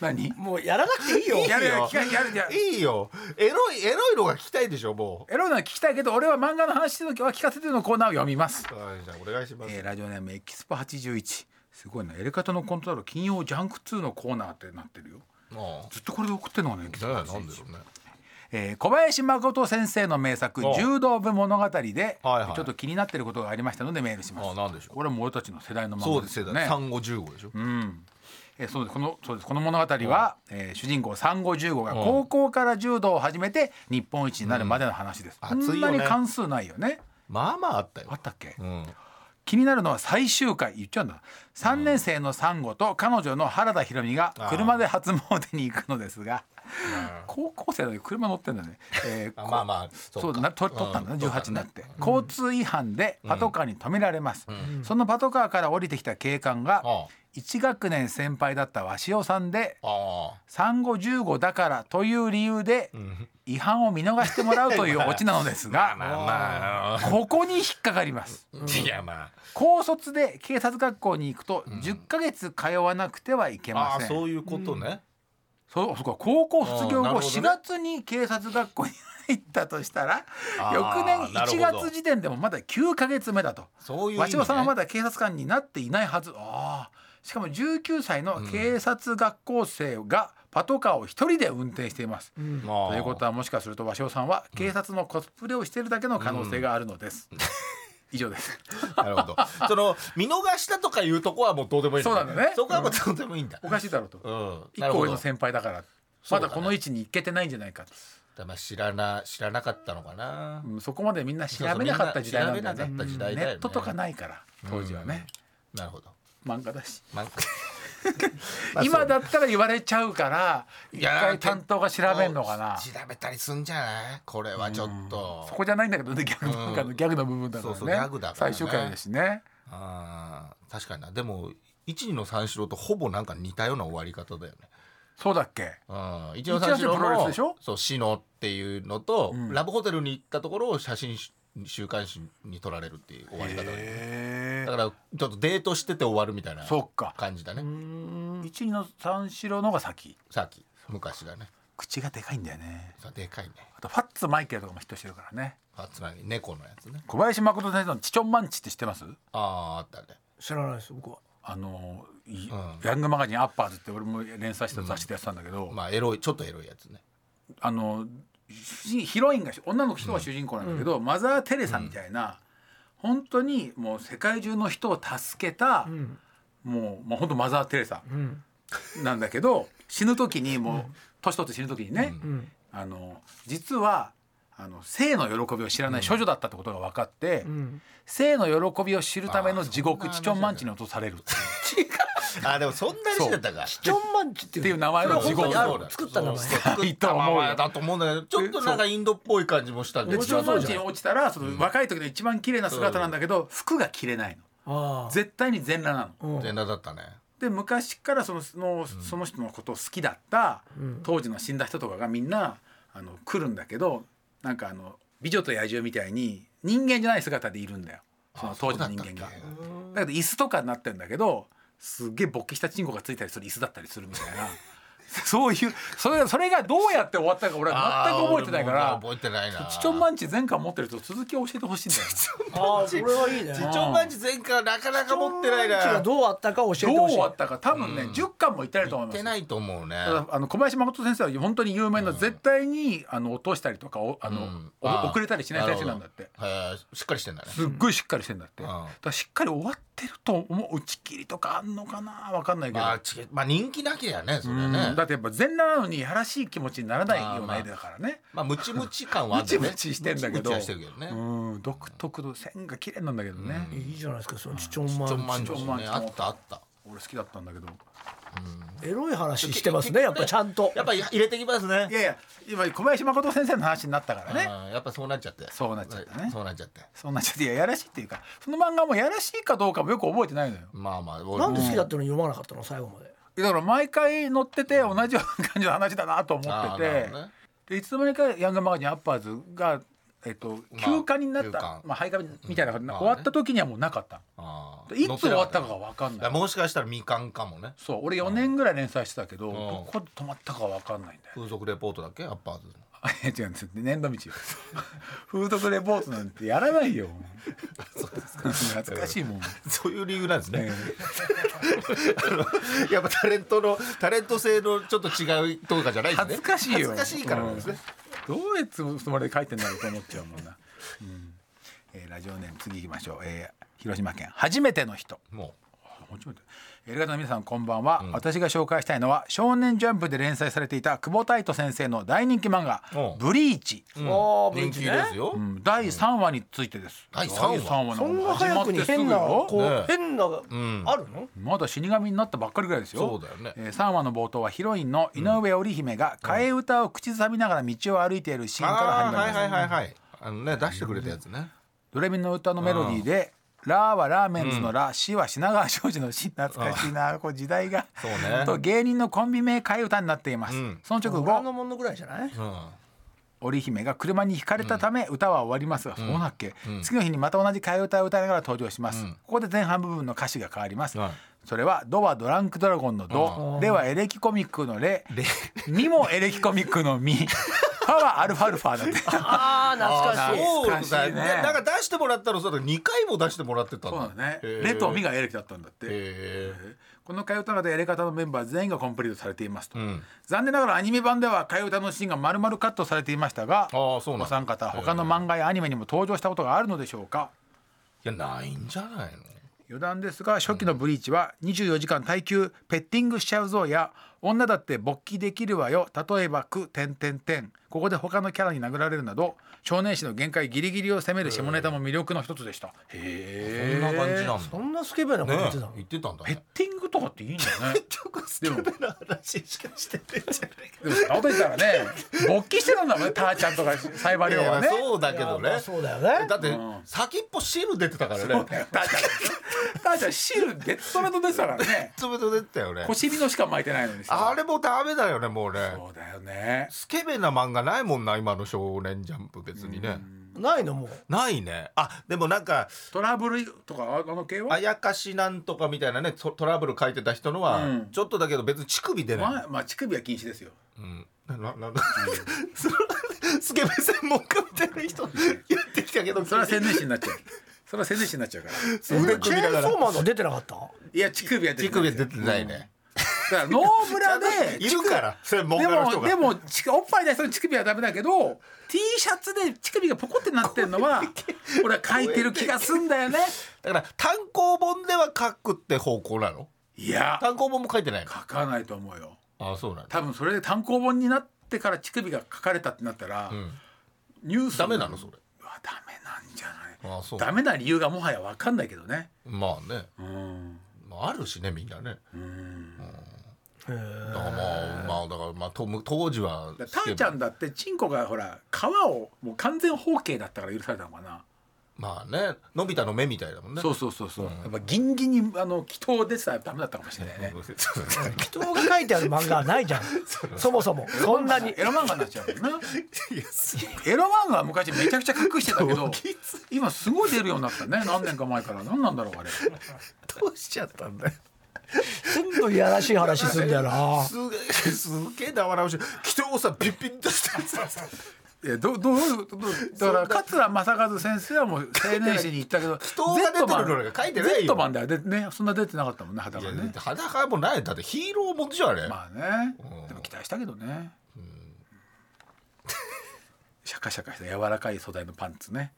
[SPEAKER 4] 何
[SPEAKER 2] もうやらなくていいよ
[SPEAKER 3] いい
[SPEAKER 4] やるやる
[SPEAKER 3] よ
[SPEAKER 4] 聞かやるやる
[SPEAKER 3] いいよエロいエロいのが聞きたいでしょもう
[SPEAKER 4] エロいのは聞きたいけど俺は漫画の話の時は聞かせてのコーナーを読みます
[SPEAKER 3] はいじゃあお願いします、
[SPEAKER 4] えーラジオネームエキスパ81すごいなエレカタのコントロール金曜ジャンク2のコーナーってなってるよ
[SPEAKER 3] ああ
[SPEAKER 4] ずっとこれで送ってんのかねエキスパ
[SPEAKER 3] ねなん
[SPEAKER 4] 81
[SPEAKER 3] でしょうね
[SPEAKER 4] えー小林誠先生の名作
[SPEAKER 3] ああ
[SPEAKER 4] 柔道部物語で、
[SPEAKER 3] はいはい
[SPEAKER 4] ちょっと気になってることがありましたのでメールしま
[SPEAKER 3] あ
[SPEAKER 4] す。
[SPEAKER 3] なんでしょう
[SPEAKER 4] これはもう俺たちの世代の漫
[SPEAKER 3] そ
[SPEAKER 4] 画
[SPEAKER 3] う
[SPEAKER 4] で
[SPEAKER 3] ですす
[SPEAKER 4] よ
[SPEAKER 3] 世
[SPEAKER 4] ね。
[SPEAKER 3] 代産後15でしょ、
[SPEAKER 4] うんえーそうですこのそうですこの物語は、えー主人公三五十五が高校から柔道を始めて日本一になるまでの話です。
[SPEAKER 3] うん
[SPEAKER 4] こん
[SPEAKER 3] 熱い
[SPEAKER 4] な
[SPEAKER 3] よね
[SPEAKER 4] に関数ないよね。
[SPEAKER 3] まあまああったよ
[SPEAKER 4] あったっけ、
[SPEAKER 3] うん、
[SPEAKER 4] 気になるのは最終回言っちゃうんだ3年生のサンゴと彼女の原田裕美が車で初詣に行くのですが高校生だけど車乗ってんだね、えー
[SPEAKER 3] *laughs* あまあまあそ
[SPEAKER 4] そうう
[SPEAKER 3] か
[SPEAKER 4] なと取ったんだ
[SPEAKER 3] う
[SPEAKER 4] ね
[SPEAKER 3] ん
[SPEAKER 4] 18になって、交通違反でパトカーに止められます、そのパトカーから降りてきた警官が
[SPEAKER 3] ああ
[SPEAKER 4] 1学年先輩だった鷲尾さんで
[SPEAKER 3] ああ
[SPEAKER 4] 産後15だからという理由で違反を見逃してもらうというオチなのですが、
[SPEAKER 3] *laughs* まあまあ
[SPEAKER 4] ここに引っかかります
[SPEAKER 3] いやまあ
[SPEAKER 4] 高卒で警察学校に行くと10ヶ月通わなくてはいけ
[SPEAKER 3] あ
[SPEAKER 4] ま
[SPEAKER 3] あ
[SPEAKER 4] せん、
[SPEAKER 3] そういうことね、
[SPEAKER 4] そうそうか高校卒業
[SPEAKER 3] うんなる
[SPEAKER 4] 後
[SPEAKER 3] ほどね
[SPEAKER 4] 4月に警察学校に入ったとしたら
[SPEAKER 3] あー
[SPEAKER 4] 翌年
[SPEAKER 3] なるほ
[SPEAKER 4] 1
[SPEAKER 3] ど
[SPEAKER 4] 月時点でもまだ9ヶ月目だと
[SPEAKER 3] そういう意味ね
[SPEAKER 4] 鷲尾さんはまだ警察官になっていないはずあーしかも19歳の警察学校生がパトカーを一人で運転しています、
[SPEAKER 3] まあ
[SPEAKER 4] ということはもしかすると鷲尾さんは警察のコスプレをしているだけの可能性があるのです、以上です
[SPEAKER 3] なるほどその見逃したとかいうとこはもうどうでもいい
[SPEAKER 4] そうなんだね
[SPEAKER 3] そこはもうどうでもいいんだ
[SPEAKER 4] おかしいだろうと
[SPEAKER 3] う。ん
[SPEAKER 4] 一
[SPEAKER 3] なる
[SPEAKER 4] 個
[SPEAKER 3] ほ
[SPEAKER 4] 上の
[SPEAKER 3] どだか
[SPEAKER 4] 先輩だから
[SPEAKER 3] そ
[SPEAKER 4] ま
[SPEAKER 3] うだね
[SPEAKER 4] だこの位置に行けてないんじゃないかと
[SPEAKER 3] らまあ知らな知らなかったのかな
[SPEAKER 4] うんそこまでみんな調べなかった時代なんだよね
[SPEAKER 3] そうそうみんな調べなかった時代だよね
[SPEAKER 4] ネットとかないから当時はね、
[SPEAKER 3] なるほど
[SPEAKER 4] 漫画だし、
[SPEAKER 3] まあ
[SPEAKER 4] 今だったら言われちゃうから一
[SPEAKER 3] いや
[SPEAKER 4] 回担当が *laughs* 調べんのかな
[SPEAKER 3] *laughs* 調べたりすんじゃないこれはちょっと
[SPEAKER 4] そこじゃないんだけどねギャグの,、ギャグの部分だからね
[SPEAKER 3] そうそうギャグだからね
[SPEAKER 4] 最終回だしね
[SPEAKER 3] あー確かになでも一二の三四郎とほぼなんか似たような終わり方だよね
[SPEAKER 4] そうだっけ
[SPEAKER 3] うん一の三四
[SPEAKER 4] 一ノ
[SPEAKER 3] 郎
[SPEAKER 4] 瀬プロレス
[SPEAKER 3] の
[SPEAKER 4] でしょ
[SPEAKER 3] そう死のっていうのと、ラブホテルに行ったところを写真し週刊誌に撮られるっていう終わり方だ,、
[SPEAKER 4] へ
[SPEAKER 3] だからちょっとデートしてて終わるみたいな
[SPEAKER 4] そっか
[SPEAKER 3] 感じだね、
[SPEAKER 4] 一二の三四郎のが先
[SPEAKER 3] さっき昔だね
[SPEAKER 4] 口がでかいんだよね
[SPEAKER 3] さでかいね
[SPEAKER 4] あとファッツマイケルとかもヒットしてるからね
[SPEAKER 3] あつなぎ猫のやつね
[SPEAKER 4] 小林誠先生の「チチョンマンチ」って知ってます
[SPEAKER 3] あああったね
[SPEAKER 2] 知らないです僕は
[SPEAKER 4] あのい
[SPEAKER 3] うん
[SPEAKER 4] ヤングマガジン「アッパーズ」って俺も連載してた雑誌でやってたんだけど、
[SPEAKER 3] まあエロいちょっとエロいやつね
[SPEAKER 4] あの主人ヒロインが女の人が主人公なんだけど、マザー・テレサみたいな、本当にもう世界中の人を助けた、もう、まあ、本当マザー・テレサ
[SPEAKER 2] うん
[SPEAKER 4] なんだけど、死ぬ時にもう年取って死ぬ時にね、
[SPEAKER 2] うん
[SPEAKER 4] あの実はあの性の喜びを知らない少女だったってことが分かって、
[SPEAKER 2] うん
[SPEAKER 4] 性の喜びを知るための地獄
[SPEAKER 3] あー
[SPEAKER 4] チ
[SPEAKER 3] そ
[SPEAKER 4] チョン
[SPEAKER 3] んな話
[SPEAKER 4] マンチに落とされるっていう
[SPEAKER 3] あーでもそんなにしてたか
[SPEAKER 2] ちょんまんちって
[SPEAKER 4] っていう名前の
[SPEAKER 2] そ
[SPEAKER 4] 地
[SPEAKER 2] れは
[SPEAKER 4] 獄
[SPEAKER 2] 本当にある作った名前
[SPEAKER 3] そう作った名前だと思うんだけどちょっとなんかインドっぽい感じもしたけど
[SPEAKER 4] で地上装置に落ちたらその若い時の一番綺麗な姿なんだけど服が着れないの
[SPEAKER 2] あ
[SPEAKER 4] 絶対に全裸な
[SPEAKER 2] あ
[SPEAKER 4] の。
[SPEAKER 2] うん
[SPEAKER 3] 全裸だったね
[SPEAKER 4] で昔からそのそのその人のことを好きだった当時の死んだ人とかがみんなあの来るんだけどなんかあの「美女と野獣」みたいに人間じゃない姿でいるんだよその当時の人間が
[SPEAKER 3] そうだ。
[SPEAKER 4] だけど椅子とかになってんだけどすっげえ勃起したチンコがついたりする椅子だったりするみたいな *laughs* そういうそれそれがどうやって終わったか俺は全く覚えてないか
[SPEAKER 3] あー
[SPEAKER 4] ら
[SPEAKER 3] 俺も覚えてないな
[SPEAKER 4] チチョンマンチ全巻持ってる人続きを教えてほしいんだよな。
[SPEAKER 3] *laughs*
[SPEAKER 2] ああそれはいいね
[SPEAKER 3] チョンマンチ前回なかなか持ってない
[SPEAKER 2] ちょんまんちが
[SPEAKER 3] な
[SPEAKER 2] どうあったか教えて
[SPEAKER 4] どう
[SPEAKER 2] ほしい
[SPEAKER 4] 終わったか多分ね、10巻もいってないと思い
[SPEAKER 3] 持っ
[SPEAKER 4] ま
[SPEAKER 3] て
[SPEAKER 4] す
[SPEAKER 3] ないと思うね
[SPEAKER 4] ただあの小林誠先生は本当に有名な、絶対にあの落としたりとかおあの、
[SPEAKER 3] うん
[SPEAKER 4] お
[SPEAKER 3] あー
[SPEAKER 4] 遅れたりしない先生なんだって
[SPEAKER 3] るほどへーしっかりしてんだね
[SPEAKER 4] すっごいしっかりしてんだって、
[SPEAKER 3] うん
[SPEAKER 4] だからしっかり終わってると思う打ち切りとかあんのかなわかんないけど、
[SPEAKER 3] まあちまあ人気なきゃねそれは
[SPEAKER 4] う
[SPEAKER 3] ね
[SPEAKER 4] んだってやっぱ全裸なのにやらしい気持ちにならないような絵だからね
[SPEAKER 3] まあムチムチ感はあるよね
[SPEAKER 4] ムチムチしてんだけど
[SPEAKER 3] ムチムチはしてるけどね
[SPEAKER 4] うん独特の線が綺麗なんだけどね、
[SPEAKER 2] いいじゃないですかそのちちょん
[SPEAKER 3] チョン
[SPEAKER 2] ま
[SPEAKER 3] マ
[SPEAKER 2] ん
[SPEAKER 3] ン
[SPEAKER 2] ち
[SPEAKER 3] チ
[SPEAKER 4] チョンマンチ
[SPEAKER 3] ねあったあった
[SPEAKER 4] 俺好きだったんだけど
[SPEAKER 2] エロい話してますねやっぱちゃんと
[SPEAKER 3] やっぱ入れてきますね
[SPEAKER 4] いやいや今小林誠先生の話になったからね
[SPEAKER 3] うんやっぱそうなっちゃって
[SPEAKER 4] そうなっちゃったね
[SPEAKER 3] そうなっちゃって
[SPEAKER 4] そんなちょっといややらしいっていうかその漫画もやらしいかどうかもよく覚えてないのよ
[SPEAKER 3] まあまあ俺
[SPEAKER 2] なんで好きだったのに読まなかったの最後まで
[SPEAKER 4] だから毎回載ってて同じような感じの話だなと思っ
[SPEAKER 3] あー
[SPEAKER 4] て
[SPEAKER 3] なる
[SPEAKER 4] て
[SPEAKER 3] ほ、どね
[SPEAKER 4] でいつの間にかヤングマガジンアッパーズが、えっと、
[SPEAKER 3] まあ
[SPEAKER 4] 休暇になった、
[SPEAKER 3] 休
[SPEAKER 4] ま
[SPEAKER 3] 刊
[SPEAKER 4] あ廃刊みたいな感じで、
[SPEAKER 3] うんまあね
[SPEAKER 4] 終わった時にはもうなかった
[SPEAKER 3] あー
[SPEAKER 4] でいつ終わったかが分かん
[SPEAKER 3] だ
[SPEAKER 4] な
[SPEAKER 3] から
[SPEAKER 4] い
[SPEAKER 3] もしかしたらみかんかもね
[SPEAKER 4] そう俺4年ぐらい連載してたけど、
[SPEAKER 3] ん
[SPEAKER 4] どこで止まったか分かんないんだよ
[SPEAKER 3] 風俗レポートだっけアッパーズの
[SPEAKER 4] あいや違うんですよ年度道よ *laughs* 風俗レポートなんてやらないよ
[SPEAKER 3] そうですか
[SPEAKER 4] 懐かしいもん、
[SPEAKER 3] そういう理由なんですね
[SPEAKER 4] え。
[SPEAKER 3] あの *laughs* やっぱタレントのタレント性のちょっと違うとかじゃないんですね。
[SPEAKER 4] 恥ずかしいよ
[SPEAKER 3] 恥ずかしいからなんですね。
[SPEAKER 4] どうやってそまで書いてんだろうと思っちゃうもんな、うんえーラジオネーム次行きましょう、えー広島県初めての人
[SPEAKER 3] も
[SPEAKER 4] 初めてエレガタの皆さんこんばんは、私が紹介したいのは少年ジャンプで連載されていた久保太斗先生の大人気漫画
[SPEAKER 3] おう
[SPEAKER 4] ブリーチ、
[SPEAKER 3] う、うん
[SPEAKER 2] おーブリー
[SPEAKER 3] 人
[SPEAKER 2] チ
[SPEAKER 3] 気
[SPEAKER 2] ね
[SPEAKER 3] ですよ、
[SPEAKER 4] うん第3話についてです、
[SPEAKER 3] 第三話
[SPEAKER 4] 話
[SPEAKER 2] そん
[SPEAKER 4] の
[SPEAKER 2] な
[SPEAKER 4] 始ま
[SPEAKER 2] 早
[SPEAKER 4] っ
[SPEAKER 2] くに
[SPEAKER 4] てすぐ
[SPEAKER 2] 変なこ
[SPEAKER 4] よ
[SPEAKER 3] ね
[SPEAKER 2] う変なが
[SPEAKER 3] ん
[SPEAKER 2] あるの？
[SPEAKER 4] まだ死神になったばっかりぐらいですよ
[SPEAKER 3] そうだよね
[SPEAKER 4] えー、3話の冒頭はヒロインの井上織姫が替え歌を口ずさみながら道を歩いているシーンから始
[SPEAKER 3] ああ
[SPEAKER 4] ま
[SPEAKER 3] は
[SPEAKER 4] りま
[SPEAKER 3] い
[SPEAKER 4] す
[SPEAKER 3] はいはいはいあのね出してくれたやつね
[SPEAKER 4] ドレミの歌のメロディーで「ラーはラーメンズのラ、シは品川庄司のシ懐かしいなこう時代が
[SPEAKER 3] そうね
[SPEAKER 4] *laughs* と芸人のコンビ名替え歌になっています、
[SPEAKER 3] うん
[SPEAKER 4] その直
[SPEAKER 2] 裏
[SPEAKER 4] 後
[SPEAKER 2] のものぐらいじゃない？
[SPEAKER 3] うん
[SPEAKER 4] 織姫が車にひかれたため歌は終わりますが、そうだっけ、次の日にまた同じ替え歌を歌いながら登場します、ここで前半部分の歌詞が変わります、
[SPEAKER 3] はい
[SPEAKER 4] それは「ド」はドランクドラゴンの「ド」「レ」はエレキコミックの「レ」「ミ」もエレキコミックの「ミ」「
[SPEAKER 3] *laughs*
[SPEAKER 4] ファ」はアルファアルファだって
[SPEAKER 2] ああ懐かしい。
[SPEAKER 3] そう
[SPEAKER 4] 懐か
[SPEAKER 3] だ
[SPEAKER 4] しい
[SPEAKER 3] ね
[SPEAKER 4] ね
[SPEAKER 3] だから出してもらったのそれ2回も出してもらってたん
[SPEAKER 4] そうだね。
[SPEAKER 3] へー
[SPEAKER 4] レとミがエレキだったんだって。
[SPEAKER 3] へ
[SPEAKER 4] この替え歌のでエレカタのメンバー全員がコンプリートされていますと、
[SPEAKER 3] ん
[SPEAKER 4] 残念ながらアニメ版では替え歌のシーンが丸々カットされていましたが
[SPEAKER 3] あーそうなんだ
[SPEAKER 4] お三方他の漫画やアニメにも登場したことがあるのでしょうか
[SPEAKER 3] ーいやないんじゃないの
[SPEAKER 4] 余談ですが初期の「ブリーチ」は24時間耐久「ペッティングしちゃうぞ」や「女だって勃起できるわよ」例えば「く」「てんてんてん」ここで他のキャラに殴られるなど少年誌の限界ギリギリを攻める下ネタも魅力の一つでした
[SPEAKER 3] そんな感じなんだ
[SPEAKER 2] そんなスケベなこと言ってた
[SPEAKER 3] ね
[SPEAKER 2] の？
[SPEAKER 3] 言ってたんだ
[SPEAKER 4] ペッ
[SPEAKER 3] ね
[SPEAKER 4] ティングとかっていいんだよねでも
[SPEAKER 3] な話しかしててじゃない
[SPEAKER 4] でもそんなこと言ったらね勃起してたんだもんねターちゃんとかサイバリョウはね
[SPEAKER 3] そうだけど
[SPEAKER 2] いやま
[SPEAKER 3] ね
[SPEAKER 2] あそうだよね
[SPEAKER 3] だ。って先っぽ汁出てたからね
[SPEAKER 4] ターちゃんターちゃん汁ベッドベト出てたからね
[SPEAKER 3] つぶと出てたよね
[SPEAKER 4] お尻のしか巻いてないのにさ
[SPEAKER 3] あれもダメだよねもうね
[SPEAKER 4] そうだよね
[SPEAKER 3] スケベな漫画ないもんな今の少年ジャンプ別にね
[SPEAKER 2] ないのもう。
[SPEAKER 3] ないねあでもなんか
[SPEAKER 4] トラブルとかあの系は
[SPEAKER 3] あやかしなんとかみたいなねトトラブル書いてた人のは、
[SPEAKER 4] うん
[SPEAKER 3] ちょっとだけど別に乳首出ない、
[SPEAKER 4] まあ、まあ、乳首は禁止ですよ
[SPEAKER 3] うん、なななんだ *laughs* そのスケベ専門家みたいな人やってきたけど
[SPEAKER 4] それは宣伝誌になっ
[SPEAKER 3] *laughs*
[SPEAKER 4] ちゃうそれは宣伝誌になっちゃうから
[SPEAKER 2] チェ
[SPEAKER 3] 腕組みな
[SPEAKER 2] ー
[SPEAKER 3] が
[SPEAKER 2] ンソー
[SPEAKER 3] ら
[SPEAKER 2] マンが出てなかった？
[SPEAKER 4] いや乳首は出
[SPEAKER 3] 乳
[SPEAKER 4] てない
[SPEAKER 3] 首
[SPEAKER 4] です
[SPEAKER 3] 出
[SPEAKER 4] よ
[SPEAKER 3] てないね、
[SPEAKER 4] だからノーブ
[SPEAKER 3] *laughs*
[SPEAKER 4] ラで
[SPEAKER 3] いるから専門
[SPEAKER 4] で
[SPEAKER 3] 家の人
[SPEAKER 4] も
[SPEAKER 3] が
[SPEAKER 4] でもちおっぱい出した乳首はダメだけど T シャツで乳首がポコってなってるの
[SPEAKER 3] *laughs*
[SPEAKER 4] は俺は書いてる気がすんだよね
[SPEAKER 3] だから単行本では書くって方向なの
[SPEAKER 4] いや
[SPEAKER 3] 単行本も書いてないの
[SPEAKER 4] 書かないと思うよ
[SPEAKER 3] あそうなんだ、
[SPEAKER 4] 多分それで単行本になってから乳首が書かれたってなったら、
[SPEAKER 3] うん、
[SPEAKER 4] ニュース
[SPEAKER 3] ダメなのそれ
[SPEAKER 4] うわダメなんじゃない
[SPEAKER 3] あそう
[SPEAKER 4] ダメな理由がもはや分かんないけどね
[SPEAKER 3] まあね、
[SPEAKER 4] うん
[SPEAKER 3] まあ、あるしねみんなね
[SPEAKER 2] へー
[SPEAKER 3] だからまあまあだからまあと当時は
[SPEAKER 4] だからターちゃんだってチンコがほら皮をもう完全包茎だったから許されたのかな、
[SPEAKER 3] まあねのび太の目みたいだもんね
[SPEAKER 4] そうそうそうそう、やっぱギンギンにあの祈祷でさえダメだったかもしれないね、
[SPEAKER 2] 人が書いてある漫画はないじゃん。 *laughs* そもそもそんなに。
[SPEAKER 4] エロ漫画になっちゃう *laughs* もんなエロ漫画は昔めちゃくちゃ隠してたけど今すごい出るようになった *laughs* ね何年か前から何なんだろうあれ
[SPEAKER 3] どうしちゃったんだよ
[SPEAKER 2] 全部いやらしい話するんだよな。
[SPEAKER 3] すげえすげえ黙らうし人をさビッビッとしたやつさ
[SPEAKER 4] いやどどうどうだから桂正和先生はもう青年誌に行ったけど
[SPEAKER 3] 人が出てるのなんか書いてないよ
[SPEAKER 4] Z 版だよでねそんな出てなかったもんね
[SPEAKER 3] い
[SPEAKER 4] 裸
[SPEAKER 3] や
[SPEAKER 4] ね
[SPEAKER 3] 裸もないだってヒーローもんじゃあれ、
[SPEAKER 4] まあね
[SPEAKER 3] うん
[SPEAKER 4] でも期待したけどねシャカシャカした柔らかい素材のパンツね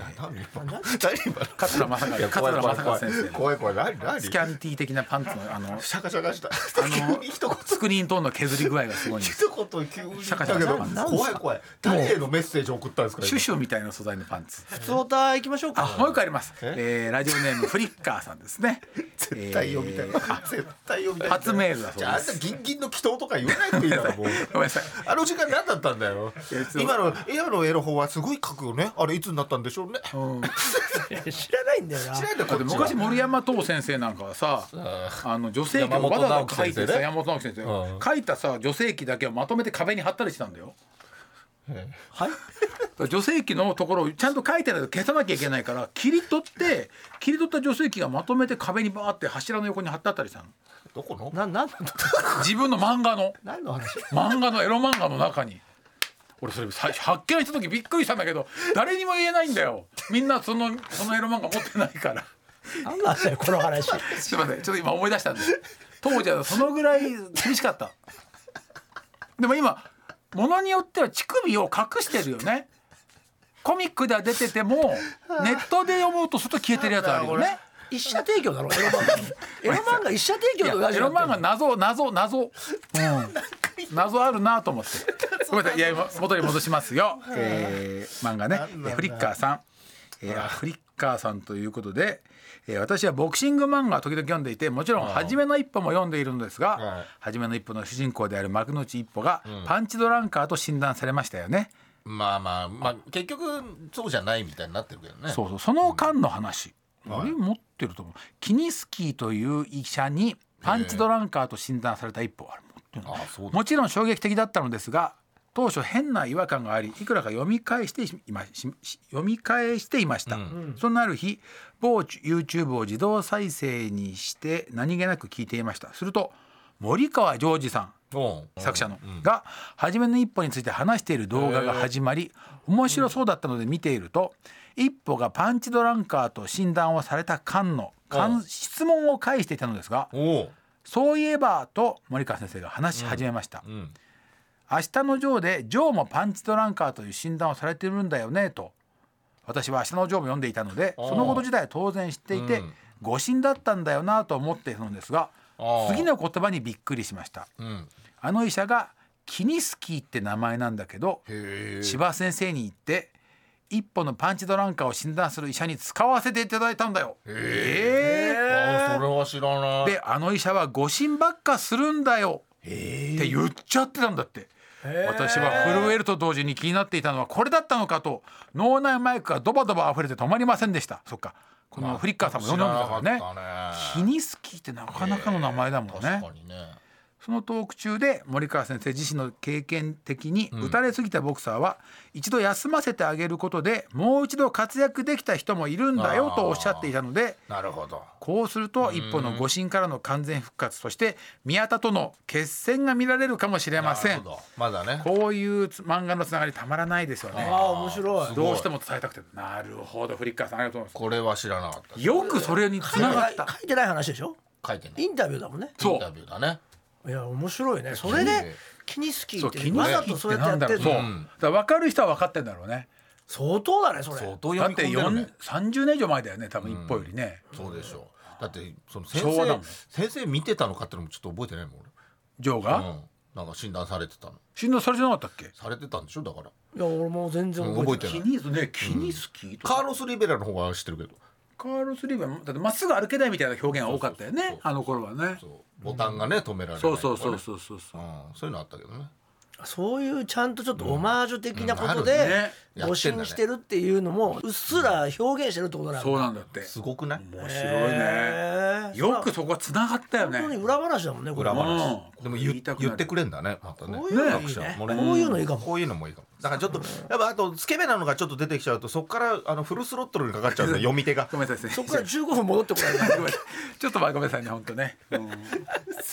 [SPEAKER 3] 何今の何今の
[SPEAKER 4] 桂正和
[SPEAKER 3] いや怖い
[SPEAKER 4] 桂
[SPEAKER 3] 怖い
[SPEAKER 4] 正
[SPEAKER 3] 怖
[SPEAKER 4] 和
[SPEAKER 3] い
[SPEAKER 4] 先生の
[SPEAKER 3] 怖い怖い何何
[SPEAKER 4] スキャンティー的なパンツのあの
[SPEAKER 3] シャカシャカした
[SPEAKER 4] あの
[SPEAKER 3] 一言
[SPEAKER 4] スクリーントーンの削り具合がすごいん
[SPEAKER 3] *laughs*
[SPEAKER 4] です
[SPEAKER 3] 一言急に
[SPEAKER 4] シャ
[SPEAKER 3] だ
[SPEAKER 4] カ
[SPEAKER 3] け
[SPEAKER 4] シャカ
[SPEAKER 3] ど
[SPEAKER 4] なんですか
[SPEAKER 3] 怖い怖い誰へのメッセージ送ったんですか
[SPEAKER 4] シュシュみたいな素材のパンツ
[SPEAKER 2] 普通オタ行きましょう
[SPEAKER 4] あ
[SPEAKER 2] か。
[SPEAKER 4] もう一個あります
[SPEAKER 3] え
[SPEAKER 4] えーラジオネームフリッカーさんですね
[SPEAKER 3] 絶対読みたい
[SPEAKER 4] えー
[SPEAKER 3] *laughs* 絶対読みたい
[SPEAKER 4] 初メールだそうです
[SPEAKER 3] じゃああんたギンギンの祈祷とか言わないでいいだろ
[SPEAKER 4] *laughs* ご
[SPEAKER 3] もう
[SPEAKER 4] めんなさい
[SPEAKER 3] あの時間何だったんだよ
[SPEAKER 4] いやそう
[SPEAKER 3] 今の今のエロ本はすごい書くよねあれいつになったんでしょうね
[SPEAKER 2] 知らないんだよな。
[SPEAKER 3] 知らないんだよこっちは
[SPEAKER 4] 昔森山東先生なんかはさあの女性器を
[SPEAKER 3] 山
[SPEAKER 4] わ
[SPEAKER 3] 本
[SPEAKER 4] ざわざ書い
[SPEAKER 3] 直樹先
[SPEAKER 4] て
[SPEAKER 3] 生
[SPEAKER 4] さ
[SPEAKER 3] ね
[SPEAKER 4] 山本直樹先生
[SPEAKER 3] うん
[SPEAKER 4] 書いたさ女性器だけをまとめて壁に貼ったりしたんだよ。
[SPEAKER 2] はい。
[SPEAKER 4] 女性器のところをちゃんと書いてないと消さなきゃいけないから切り取って切り取った女性器がまとめて壁にバーって柱の横に貼ってあったりしたの
[SPEAKER 3] どこの
[SPEAKER 2] ななんの
[SPEAKER 4] 自分の漫画の
[SPEAKER 2] 何の話？
[SPEAKER 4] 漫画のエロ漫画の中に俺それ最初発見した時びっくりしたんだけど誰にも言えないんだよみんなそのそのエロ漫画持ってないから。
[SPEAKER 2] 何の話だよこの話。
[SPEAKER 4] *laughs* すみませんちょっと今思い出したんです当時はそのぐらい厳しかったでも今ものによっては乳首を隠してるよねコミックでは出ててもネットで読むと外消えてるやつあるよね
[SPEAKER 2] 一社提 *laughs* 供だろエロ漫画エロ漫画一社提
[SPEAKER 4] い
[SPEAKER 2] 供
[SPEAKER 4] や
[SPEAKER 2] と同じ
[SPEAKER 4] エロ漫画謎謎謎、うん、 *laughs* 謎あるなと思ってごめんなさい
[SPEAKER 3] *laughs*
[SPEAKER 4] いや今元に戻しますよ、えー漫画ね
[SPEAKER 3] なんだ
[SPEAKER 4] えフリッカーさん、えー、あフリッカーさんということで、えー私はボクシング漫画を時々読んでいてもちろん「初めの一歩」も読んでいるのです
[SPEAKER 3] はい
[SPEAKER 4] が「初めの一歩」の主人公である幕の内一歩がパンチドランカーと診断されましたよね、
[SPEAKER 3] まあまあまあ結局そうじゃないみたいになってるけどね
[SPEAKER 4] そうそうその間の話、
[SPEAKER 3] はい
[SPEAKER 4] あれ持ってると思うキニスキーという医者にパンチドランカーと診断された一歩あれ持ってるの
[SPEAKER 3] あそうだ
[SPEAKER 4] もちろん衝撃的だったのですが当初変な違和感がありいくらか読み返していまし読み返していました、そんなある日某 YouTube を自動再生にして何気なく聞いていましたすると森川ジョージさん
[SPEAKER 3] うん
[SPEAKER 4] 作者の、が初めの一歩について話している動画が始まり面白そうだったので見ていると一歩がパンチドランカーと診断をされた間の間
[SPEAKER 3] うん
[SPEAKER 4] 質問を返していたのですが
[SPEAKER 3] おお
[SPEAKER 4] そういえばと森川先生が話し始めました
[SPEAKER 3] う、うん
[SPEAKER 4] 明日のジョーでジョーもパンチドランカーという診断をされてるんだよねと私は明日のジョーも読んでいたので
[SPEAKER 3] あー
[SPEAKER 4] そのこと自体は当然知っていて
[SPEAKER 3] うん
[SPEAKER 4] 誤診だったんだよなと思っているのですが
[SPEAKER 3] あー
[SPEAKER 4] 次の言葉にびっくりしました
[SPEAKER 3] うん
[SPEAKER 4] あの医者がキニスキーって名前なんだけど
[SPEAKER 3] へえ
[SPEAKER 4] 千葉先生に言って一歩のパンチドランカーを診断する医者に使わせていただいたんだよ。え
[SPEAKER 3] あそれは知らない
[SPEAKER 4] ーであの医者は誤診ばっかするんだよって言っちゃってたんだって。私は震えると同時に気になっていたのはこれだったのかと脳内マイクがドバドバ溢れて止まりませんでしたそっかこのフリッカーさんも読んだんだからね
[SPEAKER 3] ね
[SPEAKER 4] キニスキーってなかなかの名前だもんね、
[SPEAKER 3] 確かにね
[SPEAKER 4] そのトーク中で森川先生自身の経験的に打たれすぎたボクサーは一度休ませてあげることでもう一度活躍できた人もいるんだよとおっしゃっていたので
[SPEAKER 3] なるほど
[SPEAKER 4] こうすると一歩の誤審からの完全復活そして宮田との決戦が見られるかもしれませ
[SPEAKER 3] なる
[SPEAKER 4] ん
[SPEAKER 3] ほどまだね
[SPEAKER 4] こういうつ漫画のつながりたまらないですよ
[SPEAKER 2] あ
[SPEAKER 4] ね
[SPEAKER 2] あ面白い
[SPEAKER 3] すごい
[SPEAKER 4] どうしても伝えたくてなるほどフリッカーさんありがとうございま
[SPEAKER 3] これは知らなかった
[SPEAKER 4] すよくそれにつながった
[SPEAKER 2] 書いてない話でしょ
[SPEAKER 3] 書いてない
[SPEAKER 2] インタビューだもんね
[SPEAKER 4] そう
[SPEAKER 3] インタビューだね
[SPEAKER 2] いや面白いねそれでキニスキー
[SPEAKER 4] そ
[SPEAKER 2] っ
[SPEAKER 4] う
[SPEAKER 2] て
[SPEAKER 4] 気に
[SPEAKER 2] わ
[SPEAKER 4] な
[SPEAKER 2] ざ
[SPEAKER 4] っ
[SPEAKER 2] と
[SPEAKER 4] て
[SPEAKER 2] そうや
[SPEAKER 4] な
[SPEAKER 2] っ
[SPEAKER 4] ん
[SPEAKER 2] て
[SPEAKER 4] だ
[SPEAKER 2] やって
[SPEAKER 4] ろうんそう
[SPEAKER 2] の
[SPEAKER 4] だから分かる人は分かってんだろうね
[SPEAKER 2] 相当だねそれ
[SPEAKER 3] 相当
[SPEAKER 4] だ
[SPEAKER 3] 読
[SPEAKER 4] っ
[SPEAKER 3] み
[SPEAKER 4] て
[SPEAKER 3] 込んでるね
[SPEAKER 4] 4 30年以上前だよね多分一歩よりね、
[SPEAKER 3] そうでしょうだってその先
[SPEAKER 4] 昭和だも
[SPEAKER 3] 生
[SPEAKER 4] ん
[SPEAKER 3] 先生見てたのかってのもちょっと覚えてないもん
[SPEAKER 4] ジョー
[SPEAKER 3] 俺
[SPEAKER 4] が
[SPEAKER 3] うんなんか診断されてたの
[SPEAKER 4] 診断されてなかったっけ
[SPEAKER 3] されてたんでしょだから
[SPEAKER 2] いや俺もう全然
[SPEAKER 3] 覚えてない
[SPEAKER 4] ニーズねキニスキーと
[SPEAKER 3] カ
[SPEAKER 4] か
[SPEAKER 3] ーロス・リベラの方が知ってるけど
[SPEAKER 4] カールスリーバーだってまっすぐ歩けないみたいな表現が多かったよ
[SPEAKER 3] そうそう
[SPEAKER 4] ね
[SPEAKER 3] そう
[SPEAKER 4] あの頃はね
[SPEAKER 3] そうボタンがね止められない
[SPEAKER 4] そうそうそう
[SPEAKER 3] う
[SPEAKER 4] そうそうそう
[SPEAKER 3] そういうのあったけどね
[SPEAKER 2] そういうちゃんとちょっとオマージュ的なこと
[SPEAKER 3] うんあ
[SPEAKER 4] る
[SPEAKER 2] で
[SPEAKER 4] ね
[SPEAKER 2] 誤信してるっていうのもうっすら表現してるってことなんだ
[SPEAKER 4] そうなんだって
[SPEAKER 3] すごくない
[SPEAKER 4] 面白
[SPEAKER 2] へ
[SPEAKER 4] い
[SPEAKER 2] ー
[SPEAKER 4] ねよくそこはつながったよ
[SPEAKER 2] 本当
[SPEAKER 4] ね
[SPEAKER 2] に裏話だもんねこれ
[SPEAKER 3] 裏話
[SPEAKER 4] うん
[SPEAKER 3] でも
[SPEAKER 4] 言
[SPEAKER 3] 言
[SPEAKER 4] いたくなる
[SPEAKER 3] 言ってくれんだねまたね
[SPEAKER 2] こういうのいいね
[SPEAKER 3] 作者も
[SPEAKER 2] こういうのいいかも
[SPEAKER 3] こういうのもいいかもだからちょっとやっぱあとスケベなのがちょっと出てきちゃうとそこからあのフルスロットルにかかっちゃうんだよ読み手が
[SPEAKER 4] ごめんなさいね
[SPEAKER 2] そこから15分戻ってこないか
[SPEAKER 4] ご
[SPEAKER 2] ら
[SPEAKER 4] めんなさいちょっとまあごめんなさいね本当ね、うんエロいだってエ
[SPEAKER 2] そういうことでね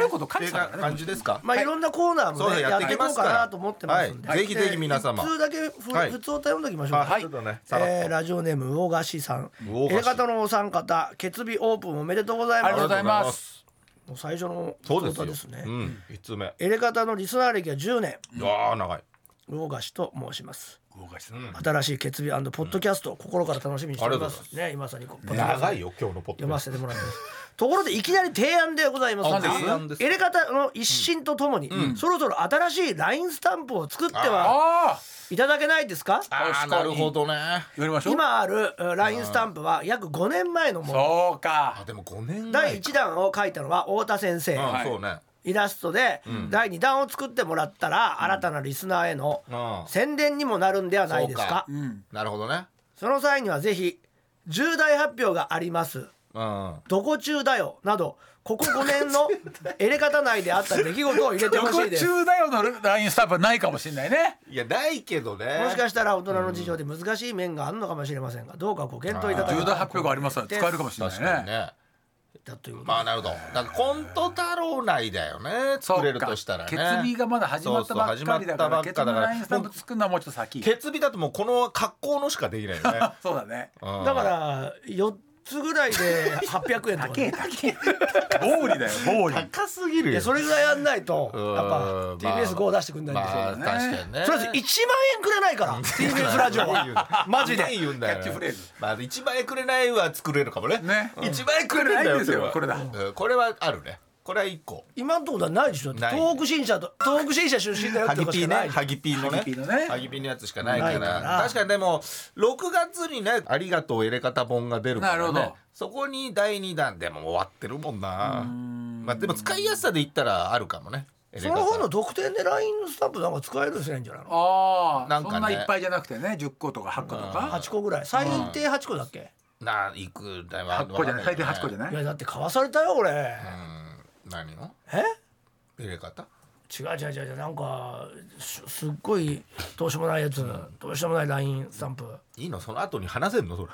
[SPEAKER 4] ロいこと書い
[SPEAKER 3] っ
[SPEAKER 4] て
[SPEAKER 3] て
[SPEAKER 4] た
[SPEAKER 3] な
[SPEAKER 4] からね
[SPEAKER 3] 感じですか
[SPEAKER 2] まあいろんなコーナー
[SPEAKER 3] そ
[SPEAKER 2] も
[SPEAKER 3] うそう
[SPEAKER 2] ね
[SPEAKER 3] や
[SPEAKER 2] や
[SPEAKER 3] っ
[SPEAKER 2] ってて
[SPEAKER 3] い
[SPEAKER 2] い
[SPEAKER 3] きま
[SPEAKER 2] こ
[SPEAKER 3] す
[SPEAKER 2] う
[SPEAKER 3] か
[SPEAKER 2] からなと思ってますんで
[SPEAKER 3] はいぜひぜひ皆様
[SPEAKER 2] 普通だけふ
[SPEAKER 3] はい
[SPEAKER 2] 普通おた読んできましょうか
[SPEAKER 3] あはいちょっとねさらっと
[SPEAKER 2] えーラジオネーム魚菓子さん
[SPEAKER 3] 魚菓子
[SPEAKER 2] A 型のお三方決日オープンおめでとうござい
[SPEAKER 4] ありがとうご
[SPEAKER 2] ます
[SPEAKER 4] ざいます
[SPEAKER 2] もう最初の
[SPEAKER 3] そうです
[SPEAKER 2] 方
[SPEAKER 3] よ
[SPEAKER 2] ですね
[SPEAKER 3] うん一通目い
[SPEAKER 2] エレ方のリスナー歴は10年
[SPEAKER 3] やー長い
[SPEAKER 2] 魚菓子と申します
[SPEAKER 4] 豪華です
[SPEAKER 2] 新しい決日ポッドキャストを心から楽しみにしておりま
[SPEAKER 3] ありがとうご
[SPEAKER 2] すね今さにこうポッドキャスト
[SPEAKER 3] 長いよ今日のポッド
[SPEAKER 2] 読ませてもらいますところでいきなり提案でございま
[SPEAKER 3] あ
[SPEAKER 2] す
[SPEAKER 3] 提案です
[SPEAKER 2] エレ方の一新とともに、そろそろ新しい LINE スタンプを作っては
[SPEAKER 4] ああ
[SPEAKER 2] いただけないですか
[SPEAKER 3] あーなるほどね
[SPEAKER 4] やりましょう
[SPEAKER 2] 今あるえー LINE スタンプは約5年前のもの
[SPEAKER 4] そうか
[SPEAKER 3] あでも五年
[SPEAKER 2] 第
[SPEAKER 3] 前
[SPEAKER 2] 1弾を書いたのは太田先生、
[SPEAKER 3] うん
[SPEAKER 4] はい
[SPEAKER 3] そうね
[SPEAKER 2] イラストで第2弾を作ってもらったら新たなリスナーへの
[SPEAKER 3] うん
[SPEAKER 2] 宣伝にもなるんではないです
[SPEAKER 3] そう
[SPEAKER 2] か
[SPEAKER 3] かなるほどね
[SPEAKER 2] その際にはぜひ重大発表があります
[SPEAKER 3] うん
[SPEAKER 2] どこ中だよなどここ5年
[SPEAKER 4] *laughs*
[SPEAKER 2] のエレ方内であった出来事を入れて
[SPEAKER 4] ど
[SPEAKER 2] ほし
[SPEAKER 4] こ
[SPEAKER 2] いですも
[SPEAKER 4] 中だよのラインスタンプはないかもしれないね
[SPEAKER 3] いやないけどね
[SPEAKER 2] しかしたら大人の事情で難しい面があるのかもしれませんがどうかご検討いただ
[SPEAKER 4] 重
[SPEAKER 2] け
[SPEAKER 4] 大発表がありますから使えるかもしれない
[SPEAKER 3] 確かに
[SPEAKER 4] ね
[SPEAKER 3] ね
[SPEAKER 2] たということで
[SPEAKER 3] まあなるほどだからコント太郎内だよね
[SPEAKER 4] そう
[SPEAKER 3] 作
[SPEAKER 4] か
[SPEAKER 3] れるとしたらね
[SPEAKER 4] 決意がまだ始まったばっかりだから決備
[SPEAKER 3] そうそう始まったばっ
[SPEAKER 4] の
[SPEAKER 3] かだ
[SPEAKER 4] ラインスタン
[SPEAKER 3] も
[SPEAKER 4] プ作るのはもうちょっと先
[SPEAKER 3] う決意だともうこの格好のしかできないよね
[SPEAKER 4] そうだね
[SPEAKER 3] うん
[SPEAKER 2] だからよつぐらいで800円とかね、
[SPEAKER 4] 暴利だよ暴利
[SPEAKER 3] 高すぎる
[SPEAKER 2] いやそれぐらいやんないとやっ
[SPEAKER 3] う
[SPEAKER 2] ぱ
[SPEAKER 3] ん
[SPEAKER 2] TBS5 出してくんないんでしょ、
[SPEAKER 3] まあ、確かにね
[SPEAKER 2] とりあえず1万円くれないから、TBS ラジ
[SPEAKER 3] *laughs*
[SPEAKER 2] オはマジで
[SPEAKER 3] 何言うんだ
[SPEAKER 4] キャ
[SPEAKER 3] よ
[SPEAKER 4] ッチフレーズ
[SPEAKER 3] まあ1万円くれないは作れるかもね
[SPEAKER 4] ね
[SPEAKER 3] 1万円くれないんだ
[SPEAKER 4] くれな
[SPEAKER 3] よ
[SPEAKER 4] いんですよ
[SPEAKER 3] それは
[SPEAKER 4] こ
[SPEAKER 3] うんこれはあるねこれは1個
[SPEAKER 2] 今のところないでしょ
[SPEAKER 3] ない
[SPEAKER 2] 東北新社と東北新社出身だよっ
[SPEAKER 3] ハ
[SPEAKER 2] て
[SPEAKER 3] ギ
[SPEAKER 2] ことし
[SPEAKER 3] ピー
[SPEAKER 2] かないじ
[SPEAKER 3] ね
[SPEAKER 2] ゃん
[SPEAKER 3] ハギピーのね
[SPEAKER 4] ハギピーのね
[SPEAKER 3] ハギピーのやつしかないから
[SPEAKER 2] ないから
[SPEAKER 3] 確かにでも6月にね「ありがとうエレカタ本」が出るから
[SPEAKER 4] なるほ
[SPEAKER 3] ね
[SPEAKER 4] ど
[SPEAKER 3] そこに第2弾でも終わってるもんなまあでも使いやすさで言ったらあるかもねエレ
[SPEAKER 2] そ
[SPEAKER 3] カタ
[SPEAKER 2] の方の特典で LINE のスタンプなんか使えるんすねんじゃないの
[SPEAKER 4] ああ
[SPEAKER 3] なんかね
[SPEAKER 4] そんないっぱいじゃなくてね10個とか8個とか
[SPEAKER 2] 8個ぐらい最低8個だっけ、
[SPEAKER 3] な行くだいぶ
[SPEAKER 4] 8個じゃない最低8個じゃ
[SPEAKER 3] ない
[SPEAKER 4] ない
[SPEAKER 2] いやだって買わされたよ俺、
[SPEAKER 3] 何を
[SPEAKER 2] え
[SPEAKER 3] エレカタ
[SPEAKER 2] 違う違う違う違うなんかすすっごいどうしようもないやつ、どうしようもない LINE スタンプ
[SPEAKER 3] いいのその後に話せんのそれ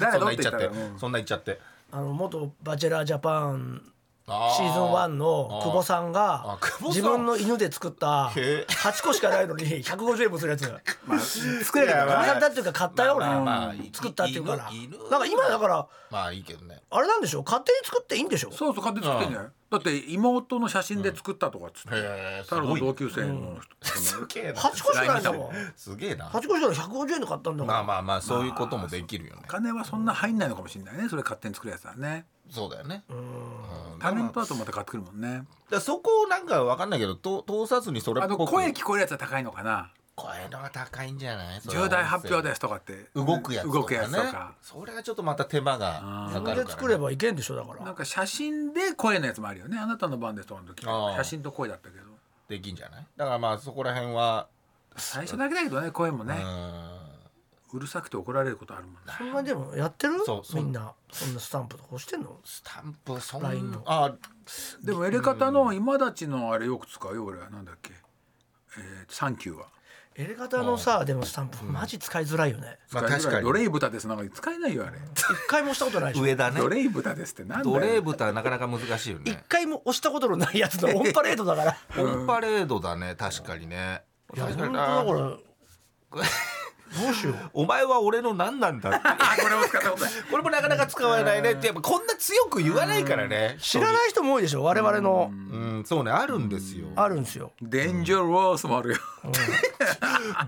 [SPEAKER 4] 誰
[SPEAKER 3] *laughs* そん
[SPEAKER 4] の
[SPEAKER 3] な
[SPEAKER 4] っ
[SPEAKER 3] 言
[SPEAKER 4] て
[SPEAKER 3] っち
[SPEAKER 4] 言った
[SPEAKER 3] ゃって、
[SPEAKER 4] らうん
[SPEAKER 3] そんな言っちゃって
[SPEAKER 2] あの元バチェラージャパン
[SPEAKER 3] シー
[SPEAKER 2] シーズン1の久保さん
[SPEAKER 3] あ
[SPEAKER 2] が
[SPEAKER 3] 久保さん
[SPEAKER 2] 自分の犬で作った
[SPEAKER 3] へえ
[SPEAKER 2] 8個しかないのに150円もするやつ
[SPEAKER 4] まあ作れるか
[SPEAKER 3] いやまあ
[SPEAKER 4] らね
[SPEAKER 2] 買ったっていうか買ったよ俺
[SPEAKER 3] まあまあまあ
[SPEAKER 2] 作ったっていうから
[SPEAKER 3] 犬犬
[SPEAKER 2] なんか今だから
[SPEAKER 3] まあいいけどね
[SPEAKER 2] あれなんでしょう勝手に作っていいんでしょ
[SPEAKER 4] そうそう勝手に作ってんじゃないだって妹の写真で作ったとかっつって
[SPEAKER 3] へえす
[SPEAKER 4] 太郎
[SPEAKER 3] ご
[SPEAKER 4] の
[SPEAKER 3] い
[SPEAKER 4] 同級生の人
[SPEAKER 3] すげえな
[SPEAKER 2] 8個しかないんだもん
[SPEAKER 3] すげえな
[SPEAKER 2] 8個しかない150円で買ったんだもん
[SPEAKER 3] まあまあまあそういうこともできるよね
[SPEAKER 4] お金はそんな入んないのかもしれないねそれ勝手に作るやつはね
[SPEAKER 3] そうだよねうん
[SPEAKER 4] タレントだとまた買ってくるもんね
[SPEAKER 3] だそこをなんかわかんないけどと通さずにそれ
[SPEAKER 4] あ
[SPEAKER 3] っ
[SPEAKER 4] の
[SPEAKER 3] ぽく
[SPEAKER 4] 声聞こえるやつは高いのかな
[SPEAKER 3] 声のは高いんじゃないそれは
[SPEAKER 4] 重大発表ですと
[SPEAKER 3] 音
[SPEAKER 4] かって
[SPEAKER 3] 声動くやつとかね
[SPEAKER 4] 動くやつとか
[SPEAKER 3] それはちょっとまた手間が
[SPEAKER 2] 自
[SPEAKER 3] かか
[SPEAKER 2] 分
[SPEAKER 3] る
[SPEAKER 2] で
[SPEAKER 3] か
[SPEAKER 2] 作
[SPEAKER 3] ら
[SPEAKER 2] れ
[SPEAKER 3] ね
[SPEAKER 2] ばいけんでしょだか
[SPEAKER 4] なん
[SPEAKER 2] ら
[SPEAKER 4] か写真で声のやつもあるよねあなたの番ですとかの時
[SPEAKER 3] あー
[SPEAKER 4] 写真と声だったけど
[SPEAKER 3] できんじゃないだからまあそこら辺は
[SPEAKER 4] 最初だけだけどね声も
[SPEAKER 3] う
[SPEAKER 4] ね
[SPEAKER 3] ん
[SPEAKER 4] うるさくて怒られることあるもんね
[SPEAKER 2] そんなでもやってる
[SPEAKER 3] そうそう
[SPEAKER 2] みんなそんなスタンプとか押してんの
[SPEAKER 3] スタンプそん
[SPEAKER 2] ラインの
[SPEAKER 3] あ
[SPEAKER 4] でもやり方の今立ちのあれよく使うよ俺はなんだっけえーサンキューは
[SPEAKER 2] エレガタのさでもスタンプマジ使いづらいよね
[SPEAKER 3] まあ確かに
[SPEAKER 4] ドレイブタですなんか使えないよあれ
[SPEAKER 2] 一回も押したことないでしょ
[SPEAKER 3] 上だね
[SPEAKER 4] ドレイブタですってなんだよ
[SPEAKER 3] ドレーブとはなかなか難しいよ
[SPEAKER 2] 一
[SPEAKER 3] ね
[SPEAKER 2] 回も押したことのないやつ
[SPEAKER 3] *laughs*
[SPEAKER 2] のオンパレードだから。
[SPEAKER 3] オンパレードだね確かにね
[SPEAKER 2] いや
[SPEAKER 3] 確
[SPEAKER 2] 本当
[SPEAKER 3] かに
[SPEAKER 2] だ
[SPEAKER 3] な
[SPEAKER 2] からどうしよう。
[SPEAKER 3] お前は俺の何なんだって
[SPEAKER 4] あこれも使ったことない
[SPEAKER 3] これもなかなか使わない *laughs* ねってやっぱこんな強く言わないからね
[SPEAKER 2] 知らない人も多いでしょ我々の
[SPEAKER 3] うんそうねあるんですよ
[SPEAKER 2] あるんですよ。
[SPEAKER 4] デンジャロースもあるよ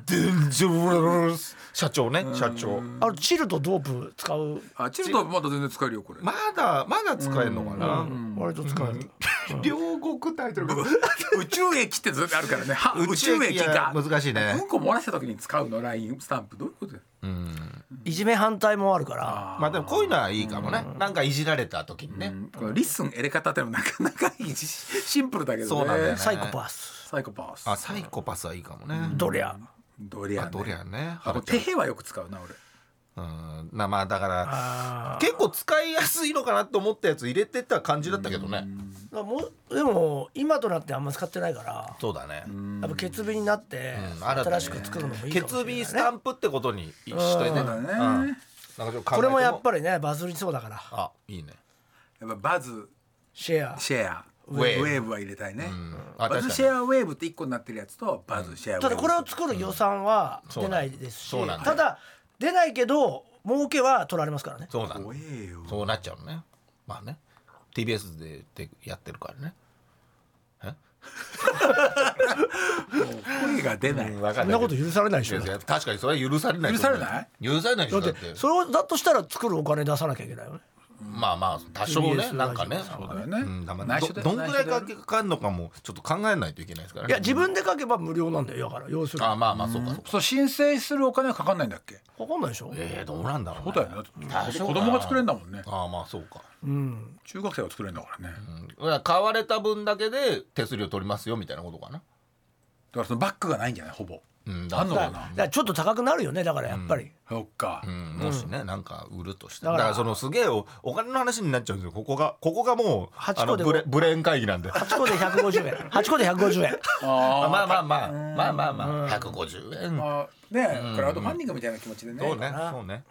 [SPEAKER 3] デンジャラス社長ね社長
[SPEAKER 2] あのチルとドープ使う
[SPEAKER 4] あチルドまだ全然使えるよこれ
[SPEAKER 3] まだまだ使えるのかな
[SPEAKER 2] 割と使える。
[SPEAKER 3] *laughs* 両国タイトルが *laughs*
[SPEAKER 4] 宇宙駅ってずっとあるからねは宇宙駅
[SPEAKER 3] が *laughs*
[SPEAKER 4] が
[SPEAKER 3] 難しいね
[SPEAKER 4] うんこ漏らした時に使うのラインスタンプどういうことだよ
[SPEAKER 2] いじめ反対もあるから。
[SPEAKER 3] まあでもこういうのはいいかもねなんかいじられた時にね
[SPEAKER 4] このリッスンエレ方ってのもなかな *laughs* かいいしシンプルだけどね
[SPEAKER 3] そうなんだよね
[SPEAKER 2] サイコパス。
[SPEAKER 4] サイコパス
[SPEAKER 3] あサイコパスはいいかもね
[SPEAKER 2] どりゃ。
[SPEAKER 4] ドリアン、
[SPEAKER 3] あ
[SPEAKER 4] ね、
[SPEAKER 3] どれやね
[SPEAKER 4] あこれ手平はよく使うな俺
[SPEAKER 3] うんなまあだから
[SPEAKER 2] あ
[SPEAKER 3] 結構使いやすいのかなと思ったやつ入れてった感じだったけどね
[SPEAKER 2] ーだからもうでも今となってあんま使ってないから。
[SPEAKER 3] そうだね
[SPEAKER 2] やっぱ決備になって
[SPEAKER 3] うん新たに
[SPEAKER 2] 新
[SPEAKER 3] ね
[SPEAKER 2] しく作るのもいいかもし
[SPEAKER 3] 決
[SPEAKER 2] れない
[SPEAKER 3] 備
[SPEAKER 2] ね。
[SPEAKER 3] スタンプってことにしといて
[SPEAKER 4] そうだね
[SPEAKER 3] うんなんかちょっと考えて
[SPEAKER 2] これもやっぱりねバズりそうだから。
[SPEAKER 3] あいいね
[SPEAKER 4] やっぱバズ
[SPEAKER 2] シェア。
[SPEAKER 4] シェア
[SPEAKER 3] ウ
[SPEAKER 4] ウ
[SPEAKER 3] ェー
[SPEAKER 4] ェ
[SPEAKER 3] ブ
[SPEAKER 4] ーブは入れたいね、
[SPEAKER 3] あ
[SPEAKER 4] バズ
[SPEAKER 3] 確
[SPEAKER 4] シ
[SPEAKER 3] かに
[SPEAKER 4] ェアウェーブって一個になってるやつとバズシェアウェーブ
[SPEAKER 2] ただこれを作る予算は
[SPEAKER 3] そう
[SPEAKER 2] 出
[SPEAKER 3] な
[SPEAKER 2] なんいですし、
[SPEAKER 3] そうなんだ
[SPEAKER 2] ただ出ないけど儲けは取られますからね
[SPEAKER 3] そうなん
[SPEAKER 4] 怖
[SPEAKER 3] だ
[SPEAKER 4] えよ
[SPEAKER 3] そうなっちゃうのねまあね TBS でてやってるからね
[SPEAKER 4] 声が出ない、
[SPEAKER 3] 分
[SPEAKER 2] そんなこと
[SPEAKER 3] 許
[SPEAKER 2] 許されないでしょだ
[SPEAKER 3] さ確かにそれは許されない
[SPEAKER 4] 許されない
[SPEAKER 3] 許されないでしょだ
[SPEAKER 2] っ
[SPEAKER 3] って
[SPEAKER 2] てそれをだとしたら作るお金出さなきゃいけないよね
[SPEAKER 3] まあまあ多少
[SPEAKER 2] TBS ラ
[SPEAKER 3] ね
[SPEAKER 2] ジオ
[SPEAKER 3] なんかね
[SPEAKER 4] そうだよ
[SPEAKER 3] う
[SPEAKER 4] ね、
[SPEAKER 3] んだから
[SPEAKER 4] 内
[SPEAKER 3] ど
[SPEAKER 4] 緒だよ
[SPEAKER 3] どんぐらいか
[SPEAKER 4] 内緒だよ
[SPEAKER 3] かるのかもちょっと考えないといけないですから
[SPEAKER 2] い
[SPEAKER 3] ね
[SPEAKER 2] や自分で書けば無料なんだよだから要するに
[SPEAKER 3] あまあまあそうかそうか
[SPEAKER 4] そう申請するお金はかかんないんだっけ
[SPEAKER 2] 分かんないでしょ
[SPEAKER 3] えーどうなんだろう
[SPEAKER 4] そうだよね
[SPEAKER 3] 多少
[SPEAKER 4] 子供が作れんだもんね
[SPEAKER 3] ああまあそうか
[SPEAKER 2] うん
[SPEAKER 4] 中学生が作れんだからね、だ
[SPEAKER 3] うんだから買われた分だけで手数料取りますよみたいなことかな
[SPEAKER 4] からそのバックがないんじゃないほぼ
[SPEAKER 3] うんだ
[SPEAKER 4] あんの
[SPEAKER 2] だか
[SPEAKER 4] から
[SPEAKER 2] だ
[SPEAKER 4] な
[SPEAKER 2] からちょっと高くなるよねだからやっぱり、
[SPEAKER 4] そっか、
[SPEAKER 3] うん、もしね、なんか売るとしてだ
[SPEAKER 2] だ
[SPEAKER 3] か
[SPEAKER 2] からら
[SPEAKER 3] そのすげえおお金の話になっちゃうんですよここがここがもう
[SPEAKER 2] 八個
[SPEAKER 3] あの
[SPEAKER 2] で
[SPEAKER 3] ブレブレーン会議なんで
[SPEAKER 2] 8個で150円8個で150円
[SPEAKER 4] あ
[SPEAKER 3] あ
[SPEAKER 4] ー
[SPEAKER 3] まあまあまあまあまあまあ150円
[SPEAKER 4] あねクラウドファンディングみたいな気持ちでね
[SPEAKER 3] そうね
[SPEAKER 2] な
[SPEAKER 3] そうね、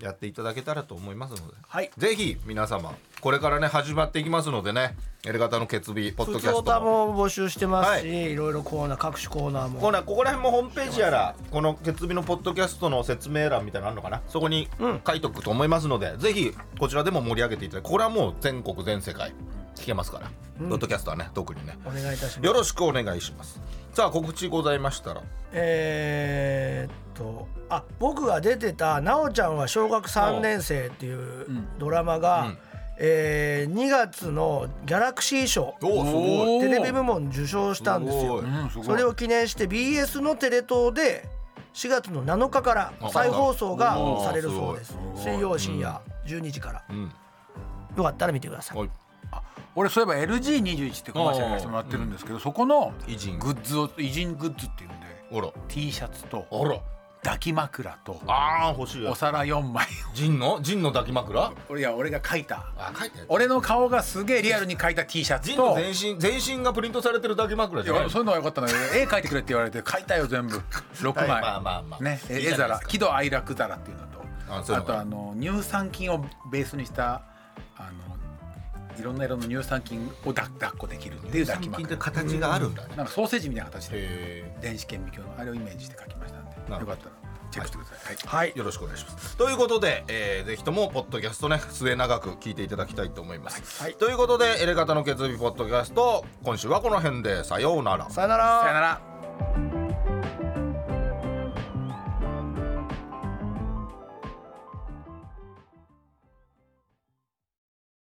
[SPEAKER 3] やっていただけたらと思いますので、
[SPEAKER 2] はい
[SPEAKER 3] ぜひ皆様これからね始まっていきますのでね L 型の決備ポッド
[SPEAKER 2] 普
[SPEAKER 3] キ
[SPEAKER 2] 通
[SPEAKER 3] ャスト
[SPEAKER 2] 歌
[SPEAKER 3] も
[SPEAKER 2] も募集してますし、い、ろいろコーナー各種コーナー
[SPEAKER 3] こ
[SPEAKER 2] も
[SPEAKER 3] うなここら辺もホームページやらこの決備のポッドキャストの説明欄みたいなのあるのかなそこに書いとくと思いますので、ぜひこちらでも盛り上げていただいてこれはもう全国全世界聞けますから、ポッドキャストはね特にね
[SPEAKER 2] お願いいたします
[SPEAKER 3] よろしくお願いしますさあ告知ございましたら
[SPEAKER 2] えーっとあ僕が出てた「なおちゃんは小学3年生」っていうドラマが、えー2月のギャラクシー賞
[SPEAKER 3] おおすごい
[SPEAKER 4] おー
[SPEAKER 2] テレビ部門受賞したんですよ
[SPEAKER 3] すごい
[SPEAKER 4] うんすごい
[SPEAKER 2] それを記念して BS のテレ東で4月の7日から再放送がされるそうです
[SPEAKER 4] おーすごい
[SPEAKER 2] 水曜深夜12時から
[SPEAKER 3] うん
[SPEAKER 2] よかったら見てください
[SPEAKER 3] おい
[SPEAKER 4] 俺そういえば LG21 ってコマーシャルやらせてもらってるんですけどそこの
[SPEAKER 3] 偉人
[SPEAKER 4] グッズを偉人グッズっていうんで
[SPEAKER 3] おら
[SPEAKER 4] T シャツと
[SPEAKER 3] あら
[SPEAKER 4] 抱き枕と
[SPEAKER 3] あー欲しいや
[SPEAKER 4] お
[SPEAKER 3] つ
[SPEAKER 4] 皿4枚
[SPEAKER 3] *laughs* ジンのジンの抱き枕
[SPEAKER 4] 俺いや俺が描いた
[SPEAKER 3] あ書いてある
[SPEAKER 4] 俺の顔がすげえリアルに描いた T シャツ
[SPEAKER 3] ジンの
[SPEAKER 4] と
[SPEAKER 3] 全身全身がプリントされてる抱き枕
[SPEAKER 4] い
[SPEAKER 3] じゃない
[SPEAKER 4] やそういうのは良かったんだけど絵描いてくれって言われて描いたよ
[SPEAKER 3] *laughs*
[SPEAKER 4] 全部6枚、
[SPEAKER 3] はいまあまあまあ
[SPEAKER 4] ね
[SPEAKER 3] いい
[SPEAKER 4] 絵
[SPEAKER 3] じゃない
[SPEAKER 4] 皿
[SPEAKER 3] ですか
[SPEAKER 4] 喜怒哀楽皿っていうのと
[SPEAKER 3] あ
[SPEAKER 4] あ
[SPEAKER 3] そういうのが
[SPEAKER 4] とあの乳酸菌をベースにしたあのいろんな色の乳酸菌をだ抱っこできるっていう抱き
[SPEAKER 3] 金
[SPEAKER 4] 枕
[SPEAKER 3] って形があるんだね
[SPEAKER 4] なんかソーセージみたいな形で
[SPEAKER 3] へ
[SPEAKER 4] 電子顕微鏡のあれをイメージして描きましたんで
[SPEAKER 3] な
[SPEAKER 4] よ
[SPEAKER 3] るほど
[SPEAKER 4] かったらチェックしてください、はい
[SPEAKER 2] はい
[SPEAKER 3] ーよろしくお願いしますということで、えー、ぜひともポッドキャストね末永く聞いていただきたいと思います、
[SPEAKER 2] はい
[SPEAKER 3] ということで「エレガタの決意ポッドキャスト」今週はこの辺でさようなら
[SPEAKER 2] さよなら
[SPEAKER 4] さよなら